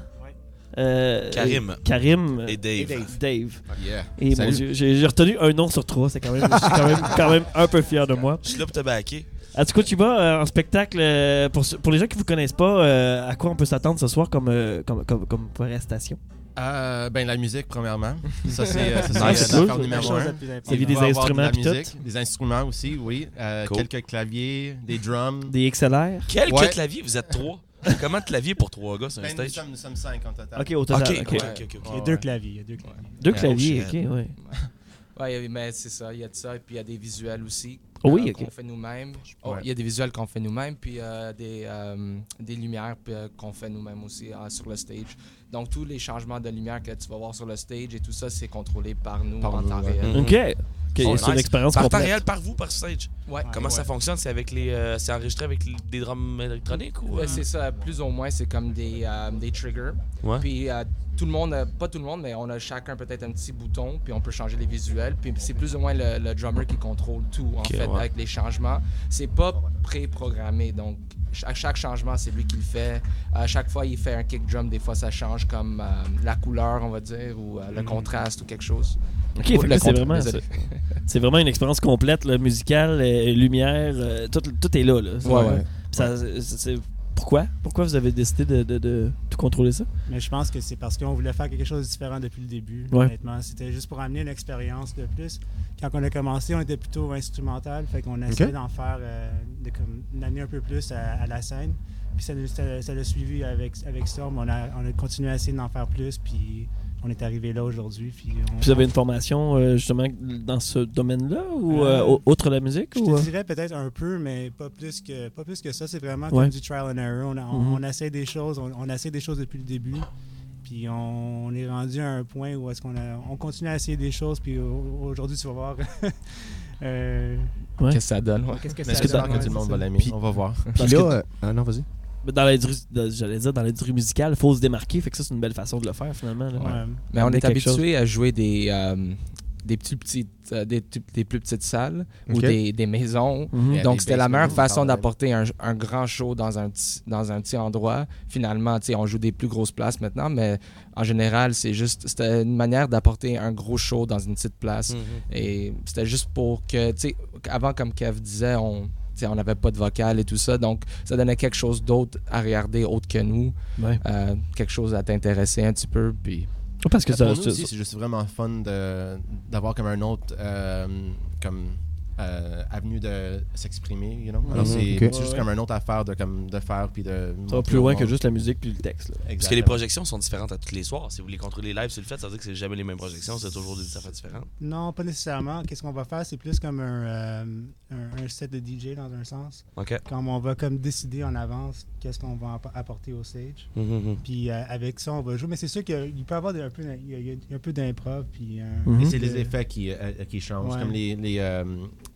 Speaker 9: euh,
Speaker 11: Karim.
Speaker 9: et- Karim.
Speaker 11: Et Dave.
Speaker 9: Et Dave. Dave.
Speaker 11: Yeah.
Speaker 9: Et
Speaker 11: Salut.
Speaker 9: mon Dieu, j'ai j'ai retenu un nom sur trois. C'est quand même, je suis quand même, quand même un peu fier de moi.
Speaker 11: Je suis là pour te baquer.
Speaker 9: Atuko Chiba, euh, en spectacle, euh, pour, ce- pour les gens qui vous connaissent pas, euh, à quoi on peut s'attendre ce soir comme, euh, comme, comme, comme prestation?
Speaker 5: Euh, ben la musique premièrement. Ça c'est euh, ça,
Speaker 9: Nice.
Speaker 5: c'est, euh,
Speaker 9: C'est
Speaker 5: l'affaire
Speaker 9: cool.
Speaker 5: numéro
Speaker 9: La chose
Speaker 5: un.
Speaker 9: la plus importante.
Speaker 5: Il
Speaker 9: Il y a des
Speaker 5: va y avoir de la
Speaker 9: instruments pis tout.
Speaker 5: musique, des instruments aussi, oui, Euh,
Speaker 11: Cool.
Speaker 5: quelques claviers, des drums,
Speaker 9: Des XLR?
Speaker 11: Quelques
Speaker 5: Ouais.
Speaker 11: claviers, vous êtes trois. Comment de claviers pour trois gars sur un
Speaker 5: Ben, nous
Speaker 11: stage?
Speaker 5: sommes, nous sommes cinq en total.
Speaker 9: Ok, au total,
Speaker 11: Ok,
Speaker 9: ok.
Speaker 11: ok, ok, ok.
Speaker 9: Il y a
Speaker 11: Ouais,
Speaker 9: deux
Speaker 11: ouais.
Speaker 9: claviers, il y a deux claviers.
Speaker 11: Ouais.
Speaker 9: Deux
Speaker 11: Ouais.
Speaker 9: claviers,
Speaker 11: Oh,
Speaker 9: ok,
Speaker 11: shit.
Speaker 9: ouais.
Speaker 21: Oui, mais c'est ça, il y a de ça, et puis il y a des visuels aussi. euh,
Speaker 9: Oh oui, ok.
Speaker 21: Qu'on fait nous-mêmes. Oh, Il
Speaker 9: Ouais.
Speaker 21: y a des visuels qu'on fait nous-mêmes, puis euh, des, euh, des lumières puis, euh, qu'on fait nous-mêmes aussi euh, sur le stage. Donc, tous les changements de lumière que tu vas voir sur le stage et tout ça, c'est contrôlé par nous
Speaker 9: Par
Speaker 21: en
Speaker 9: nous,
Speaker 21: temps
Speaker 9: ouais.
Speaker 21: réel.
Speaker 11: Mm-hmm.
Speaker 9: Mhm. Ok. Ok,
Speaker 11: Oh,
Speaker 9: c'est une expérience
Speaker 11: Par temps
Speaker 9: complète.
Speaker 11: réel, par vous, par stage.
Speaker 21: Ouais.
Speaker 11: Comment
Speaker 21: Ouais.
Speaker 11: ça fonctionne? C'est avec les, euh, c'est enregistré avec l- des drums électroniques ou?
Speaker 21: Ouais,
Speaker 11: euh?
Speaker 21: Ben, c'est ça, plus ou moins, c'est comme des, euh, des triggers.
Speaker 11: Ouais.
Speaker 21: Puis euh, tout le monde, euh, pas tout le monde, mais on a chacun peut-être un petit bouton, puis on peut changer les visuels. Puis c'est plus ou moins le, le drummer qui contrôle tout, en
Speaker 11: Ok,
Speaker 21: fait,
Speaker 11: ouais.
Speaker 21: avec les changements. C'est pas pré-programmé, donc ch- à chaque changement, c'est lui qui le fait. À chaque fois, il fait un kick drum, des fois, ça change comme euh, la couleur, on va dire, ou euh, le
Speaker 9: Mm.
Speaker 11: Hmm.
Speaker 21: contraste ou quelque chose.
Speaker 9: Ok,
Speaker 21: Pour
Speaker 9: fait que
Speaker 21: le
Speaker 9: là, c'est
Speaker 21: contre-
Speaker 9: vraiment,
Speaker 21: Désolé.
Speaker 9: c'est- c'est vraiment une expérience complète, là, musicale, euh, lumière, euh, tout, tout est là. là. C'est
Speaker 21: Ouais,
Speaker 9: vraiment-
Speaker 21: ouais.
Speaker 9: ça- c'est- c'est- pourquoi Pourquoi vous avez décidé de, de, de tout contrôler ça
Speaker 3: Mais je pense que c'est parce qu'on voulait faire quelque chose de différent depuis le début,
Speaker 9: Ouais.
Speaker 3: honnêtement. C'était juste pour amener une expérience de plus. Quand on a commencé, on était plutôt instrumental, fait qu'on essayait
Speaker 10: Ok.
Speaker 3: d'en faire, euh, de comme, d'amener un peu plus à, à la scène. Puis ça, nous- ça, ça l'a suivi avec, avec Storm. On a, on a continué à essayer d'en faire plus, puis on est arrivé là aujourd'hui. Puis on-
Speaker 9: Puis Vous avez une formation euh, justement dans ce domaine-là ou euh,
Speaker 3: Euh,
Speaker 9: au- autre de la musique
Speaker 3: Je
Speaker 9: ou, euh?
Speaker 3: te dirais peut-être un peu, mais pas plus que, pas plus que ça. C'est vraiment
Speaker 9: Ouais.
Speaker 3: comme du trial and error. On, a- on-
Speaker 9: Mhm.
Speaker 3: on essaie des choses, on, on essaie des choses depuis le début. Puis on, on est rendu à un point où est-ce qu'on a- on continue à essayer des choses. Puis au- aujourd'hui, tu vas voir. euh,
Speaker 9: Ouais.
Speaker 21: Qu'est-ce que ça donne? ouais.
Speaker 3: Qu'est-ce que
Speaker 21: Mais
Speaker 3: ça
Speaker 21: est-ce tu
Speaker 3: donne,
Speaker 21: penses que
Speaker 3: ouais,
Speaker 21: tout le monde
Speaker 3: c'est
Speaker 21: va
Speaker 3: ça.
Speaker 21: l'aimer?
Speaker 3: Puis-
Speaker 21: On va voir.
Speaker 9: Parce
Speaker 10: là,
Speaker 9: que-
Speaker 10: euh, ah non, vas-y.
Speaker 9: Mais Dans l'industrie, dans- j'allais dire dans l'industrie musicale, faut se démarquer, fait que ça c'est une belle façon de le faire finalement. là.
Speaker 3: Ouais.
Speaker 21: Mais on
Speaker 9: Amener
Speaker 21: est
Speaker 9: quelque chose.
Speaker 21: habitué à jouer des, euh, des, plus petites, euh, des, tu- des plus petites salles ou
Speaker 9: Ok.
Speaker 21: des, des maisons.
Speaker 9: Mhm. Yeah,
Speaker 21: Donc,
Speaker 9: des
Speaker 21: c'était la meilleure
Speaker 9: basements,
Speaker 21: façon
Speaker 9: quand même.
Speaker 21: d'apporter un, un grand show dans un petit, dans un petit endroit. Finalement, tu sais, on joue des plus grosses places maintenant, mais en général, c'est juste c'était une manière d'apporter un gros show dans une petite place.
Speaker 9: Mhm.
Speaker 21: Et c'était juste pour que, tu sais, avant, comme Kev disait, on tu sais, on n'avait pas de vocal et tout ça, donc ça donnait quelque chose d'autre à regarder autre que nous,
Speaker 9: Ouais.
Speaker 21: Euh, quelque chose à t'intéresser un petit peu, puis
Speaker 9: Parce que
Speaker 22: Pour
Speaker 9: ça-
Speaker 22: nous
Speaker 9: ça-
Speaker 22: aussi, c'est juste vraiment fun de- d'avoir comme un autre euh, comme euh, avenue de s'exprimer, you know. Alors
Speaker 9: Mhm,
Speaker 22: c'est
Speaker 9: ok.
Speaker 22: c'est
Speaker 9: Ouais,
Speaker 22: juste
Speaker 9: ouais.
Speaker 22: comme une autre affaire de comme de faire puis de.
Speaker 9: Ça va plus loin que juste la musique puis le texte. là.
Speaker 22: Exact.
Speaker 23: Parce que les projections sont différentes à tous les soirs. Si vous les contrôlez live sur le fait, ça veut dire que c'est jamais les mêmes projections, c'est toujours des affaires différentes.
Speaker 3: Non, pas nécessairement. Qu'est-ce qu'on va faire? C'est plus comme un, euh, un, un set de DJ dans un sens.
Speaker 23: OK.
Speaker 3: Comme on va comme décider en avance qu'est-ce qu'on va app- apporter au stage.
Speaker 23: Mhm, mhm.
Speaker 3: Puis euh, avec ça, on va jouer. Mais c'est sûr qu'il peut y avoir des- un peu, d'im- il y a- il y a un peu d'improv. Puis euh, un-
Speaker 9: Mhm.
Speaker 22: Mais c'est
Speaker 3: de-
Speaker 22: les effets qui, euh, qui changent.
Speaker 3: Ouais.
Speaker 22: Comme les, les, euh,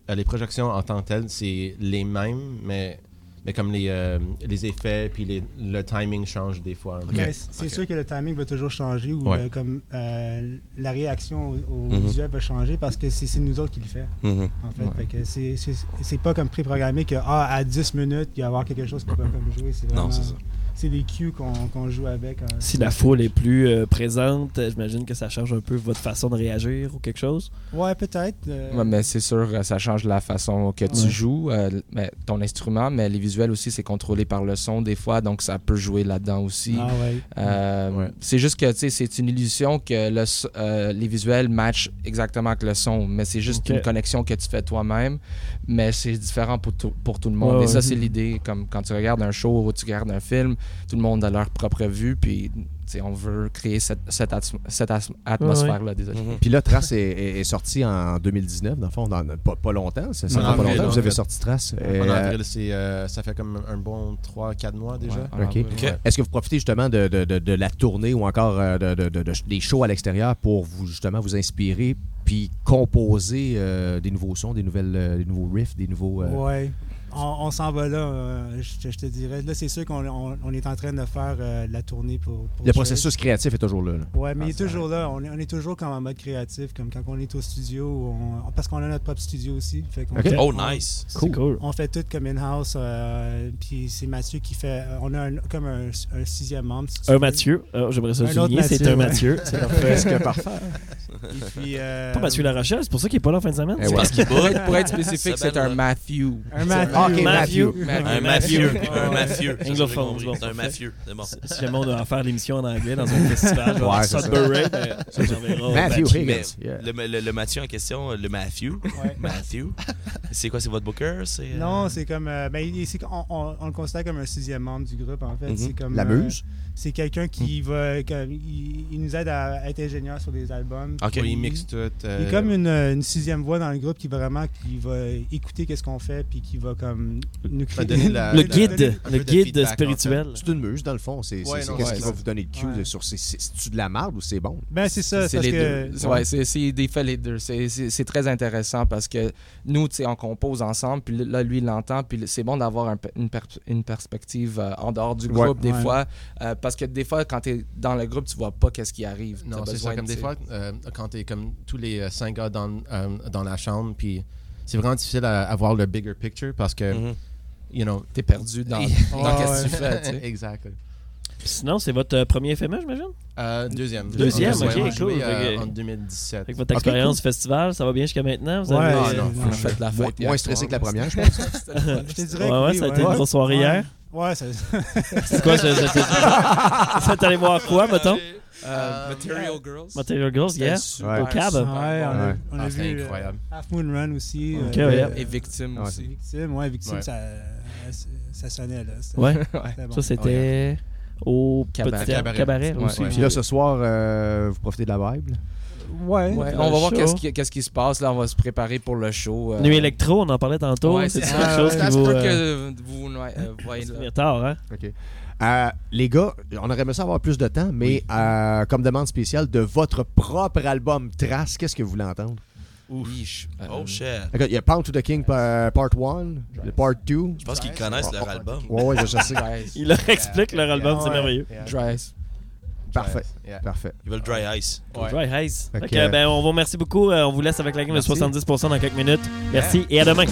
Speaker 22: euh, les projections en tant que telles, c'est les mêmes, mais, mais comme les, euh, les effets puis les- le timing change des fois. un peu.
Speaker 3: Mais c'est sûr que le timing va toujours changer ou
Speaker 22: Ouais.
Speaker 3: euh, comme euh, la réaction au, au
Speaker 22: Mhm.
Speaker 3: visuel va changer parce que c'est c'est nous autres qui le fait.
Speaker 22: Mhm.
Speaker 3: En fait,
Speaker 22: Ouais.
Speaker 3: Fait que c'est- c'est- c'est pas comme préprogrammé que ah, à 10 minutes, il va y avoir quelque chose qu'on va comme jouer. C'est
Speaker 22: Non,
Speaker 3: vraiment-
Speaker 22: c'est ça.
Speaker 3: C'est des cues qu'on qu'on joue avec. hein.
Speaker 9: Si la foule est plus euh, présente, euh, j'imagine que ça change un peu votre façon de réagir ou quelque chose.
Speaker 3: Ouais, peut-être. euh,
Speaker 21: Ouais, mais c'est sûr, euh, ça change la façon que tu
Speaker 9: Ouais.
Speaker 21: joues, euh, l- mais ton instrument, mais les visuels aussi, c'est contrôlé par le son des fois, donc ça peut jouer là-dedans aussi.
Speaker 3: Ah ouais.
Speaker 21: Euh, C'est juste que tu sais, c'est une illusion que le s- euh, les visuels matchent exactement avec le son, mais c'est juste
Speaker 9: Ok.
Speaker 21: une connexion que tu fais toi-même, mais c'est différent pour tout, pour tout le monde.
Speaker 9: Ouais,
Speaker 21: Et ça,
Speaker 9: ouais.
Speaker 21: c'est l'idée, comme quand tu regardes un show ou tu regardes un film, tout le monde a leur propre vue, puis tu sais, on veut créer cette, cette, atmo- cette atmo- atmosphère-là. Désolé.
Speaker 10: Puis là, Trace est, est- est sorti en 2019, dans le fond, dans, pas, pas longtemps. Ça, ça
Speaker 22: En
Speaker 10: fait pas
Speaker 22: avril,
Speaker 10: longtemps que vous
Speaker 22: en
Speaker 10: avez
Speaker 22: fait.
Speaker 10: sorti Trace.
Speaker 22: En
Speaker 10: Euh,
Speaker 22: avril, c'est, euh, ça fait comme un bon 3-4 mois déjà. Ah,
Speaker 10: OK. Est-ce que vous profitez justement de, de- de- de la tournée ou encore euh, de, de- de- de- des shows à l'extérieur pour vous justement vous inspirer puis composer euh, des nouveaux sons, des, nouvelles, euh, des nouveaux riffs, des nouveaux... euh,
Speaker 3: Ouais. On, on s'en va là, euh, je, te- je te dirais. Là, c'est sûr qu'on on- on est en train de faire euh, la tournée pour. pour
Speaker 10: Le
Speaker 3: Chase.
Speaker 10: processus créatif est toujours là. là.
Speaker 3: Ouais, mais il est toujours là. On est, on est toujours comme en mode créatif, comme quand on est au studio, on- parce qu'on a notre propre studio aussi. Fait qu'on
Speaker 10: Ok.
Speaker 3: fait-
Speaker 10: Oh,
Speaker 3: on-
Speaker 10: nice. Cool. Cool.
Speaker 3: On fait tout comme in-house. euh, puis c'est Mathieu qui fait. euh, On a un- comme un, un sixième membre. si tu
Speaker 9: Un
Speaker 3: veux.
Speaker 9: Mathieu, euh, j'aimerais ça
Speaker 3: Un autre
Speaker 9: souligner, c'est un
Speaker 3: ouais.
Speaker 9: Mathieu, c'est parfait. Presque parfait.
Speaker 3: Et puis, euh,
Speaker 9: Pas Mathieu Larochelle, c'est pour ça qu'il est pas là en fin de semaine.
Speaker 21: Eh ouais. Parce qu'il Pour boit. être- pour être spécifique, c'est un Matthew.
Speaker 3: Un
Speaker 21: Matthew.
Speaker 9: Ok,
Speaker 21: Matthew.
Speaker 23: Un Mathieu. Un Mathieu. Ça, j'ai
Speaker 9: Anglophone,
Speaker 23: compris.
Speaker 9: bon.
Speaker 23: C'est un Mathieu. C'est bon.
Speaker 9: Si si jamais on doit faire l'émission en anglais dans un festival, genre
Speaker 23: Ouais, c'est ça.
Speaker 9: Sudbury, ben,
Speaker 23: C'est ça.
Speaker 9: j'enverrai au
Speaker 23: Matthew
Speaker 9: Mathieu.
Speaker 23: Mais le, le- le Mathieu en question, le Matthew. Matthew. C'est quoi, c'est votre booker? C'est, euh,
Speaker 3: Non, c'est comme. euh, ben, il- c'est qu'on- on, on le considère comme un sixième membre du groupe, en fait.
Speaker 23: Mhm.
Speaker 3: C'est comme.
Speaker 10: La
Speaker 3: euh,
Speaker 10: muse?
Speaker 3: c'est quelqu'un
Speaker 9: Mhm.
Speaker 3: qui va. comme, il, il nous aide à être ingénieur sur des albums.
Speaker 22: Ok.
Speaker 3: Puis
Speaker 22: Oui, il mixe tout, euh,
Speaker 3: Il est comme une, une sixième voix dans le groupe qui va vraiment qui va écouter qu'est-ce qu'on fait puis qui va comme nous
Speaker 22: Va
Speaker 3: créer.
Speaker 22: donner la- Le la- guide,
Speaker 10: Un peu de feedback, en fait. C'est une muse, dans le fond. C'est
Speaker 3: Ouais,
Speaker 10: c'est- c'est
Speaker 3: non,
Speaker 10: qu'est-ce
Speaker 3: ouais,
Speaker 10: qui
Speaker 3: c'est
Speaker 10: va vous donner le cue de- sur c'est- c'est- c'est-tu de la merde ou c'est bon?
Speaker 3: Ben, c'est ça,
Speaker 21: C'est
Speaker 3: parce
Speaker 21: les
Speaker 3: que-
Speaker 21: deux. Ouais, c'est- c'est des faits les deux. C'est- C'est c'est très intéressant parce que nous, tu sais, on compose ensemble, puis là, lui, il l'entend, puis c'est bon d'avoir un pe- une, per- une perspective euh, en dehors du
Speaker 22: Ouais.
Speaker 21: groupe des
Speaker 22: Ouais.
Speaker 21: fois, euh, parce que des fois, quand t'es dans le groupe, tu vois pas qu'est-ce qui arrive.
Speaker 22: Non,
Speaker 21: T'as
Speaker 22: c'est
Speaker 21: besoin
Speaker 22: ça. Comme
Speaker 21: de-
Speaker 22: des fois, euh, quand t'es comme tous les euh, cinq gars dans, euh, dans la chambre, puis c'est vraiment difficile à, à voir le bigger
Speaker 21: Mm-hmm.
Speaker 22: picture parce que, you know,
Speaker 21: t'es perdu dans- dans qu'est-ce que tu fais, tu sais.
Speaker 22: Exact.
Speaker 9: Puis sinon, c'est votre euh, premier FME, j'imagine?
Speaker 22: Euh, deuxième.
Speaker 9: Deuxième,
Speaker 22: Deuxième, ouais, on a
Speaker 9: ok, cool.
Speaker 22: joué, euh,
Speaker 9: Fait que-
Speaker 22: en 2017.
Speaker 9: Fait que votre
Speaker 22: Ok, cool.
Speaker 9: expérience festival, ça va bien jusqu'à maintenant? Vous
Speaker 22: Ouais,
Speaker 9: avez-
Speaker 22: non, non, Vous faites la fête
Speaker 10: Moins-
Speaker 22: hier
Speaker 10: moins stressé
Speaker 22: soir,
Speaker 10: que la
Speaker 22: là.
Speaker 10: première, je pense.
Speaker 3: Je te dirais que
Speaker 9: Ouais, ouais,
Speaker 3: oui,
Speaker 9: ça a été une grosse soirée
Speaker 3: Ouais.
Speaker 9: hier.
Speaker 3: Ouais, ça.
Speaker 9: C'est quoi, ça- ça- ça- ça, t'es allé voir quoi, mettons?
Speaker 22: Euh, Material Girls.
Speaker 9: Material Girls,
Speaker 22: C'était
Speaker 9: yeah.
Speaker 22: super
Speaker 9: Au
Speaker 22: bon.
Speaker 9: cab.
Speaker 3: Ouais, on a,
Speaker 22: Ouais.
Speaker 3: on a
Speaker 22: Ah,
Speaker 3: vu
Speaker 22: c'était
Speaker 3: euh,
Speaker 22: incroyable.
Speaker 3: Half Moon Run aussi.
Speaker 9: Ok,
Speaker 3: euh,
Speaker 9: ouais. Et Victime
Speaker 3: ouais.
Speaker 22: aussi.
Speaker 3: Victime, ouais, Victime,
Speaker 22: Ouais.
Speaker 3: Ça, ça sonnait, là. C'était-
Speaker 9: Ouais.
Speaker 3: c'était bon.
Speaker 9: Ça, c'était au cabaret.
Speaker 10: Petit
Speaker 9: cabaret, aussi.
Speaker 10: Puis là, ce soir, euh, vous profitez de la vibe. là?
Speaker 9: Ouais,
Speaker 21: Ouais,
Speaker 9: le
Speaker 21: on va voir
Speaker 9: show.
Speaker 21: qu'est-ce qui, qu'est-ce qui se passe. Là, on va se préparer pour le show. euh.
Speaker 9: Nuit électro, on en parlait tantôt.
Speaker 21: Ouais,
Speaker 9: c'est
Speaker 21: c'est
Speaker 9: quelque
Speaker 21: ça.
Speaker 9: chose
Speaker 21: Ça
Speaker 9: qui
Speaker 21: se
Speaker 9: vous,
Speaker 21: peut
Speaker 9: euh,
Speaker 21: que vous ouais, euh, voyez là.
Speaker 9: tard, hein?
Speaker 10: OK. Euh, les gars, on aurait aimé ça avoir plus de temps, mais euh, comme demande spéciale de votre propre album Trace, qu'est-ce que vous voulez entendre?
Speaker 21: Ouf. Euh,
Speaker 11: Oh shit.
Speaker 10: D'accord, Il y a Pound to the King par- Part 1, Part 2.
Speaker 11: Je pense qu'ils connaissent leur album.
Speaker 10: Ouais, ouais, je je sais.
Speaker 9: Il leur explique leur album,
Speaker 10: Yeah.
Speaker 9: c'est merveilleux.
Speaker 10: Yeah.
Speaker 21: Dry Ice.
Speaker 10: Parfait.
Speaker 21: Yeah.
Speaker 10: Parfait.
Speaker 11: Ils veulent Dry Ice.
Speaker 9: Dry Ice.
Speaker 21: Fait
Speaker 9: Fait
Speaker 21: que-
Speaker 9: Euh, que, ben, on vous remercie beaucoup. Euh, on vous laisse avec la game
Speaker 21: Merci.
Speaker 9: de 70% dans quelques minutes. Merci et à demain.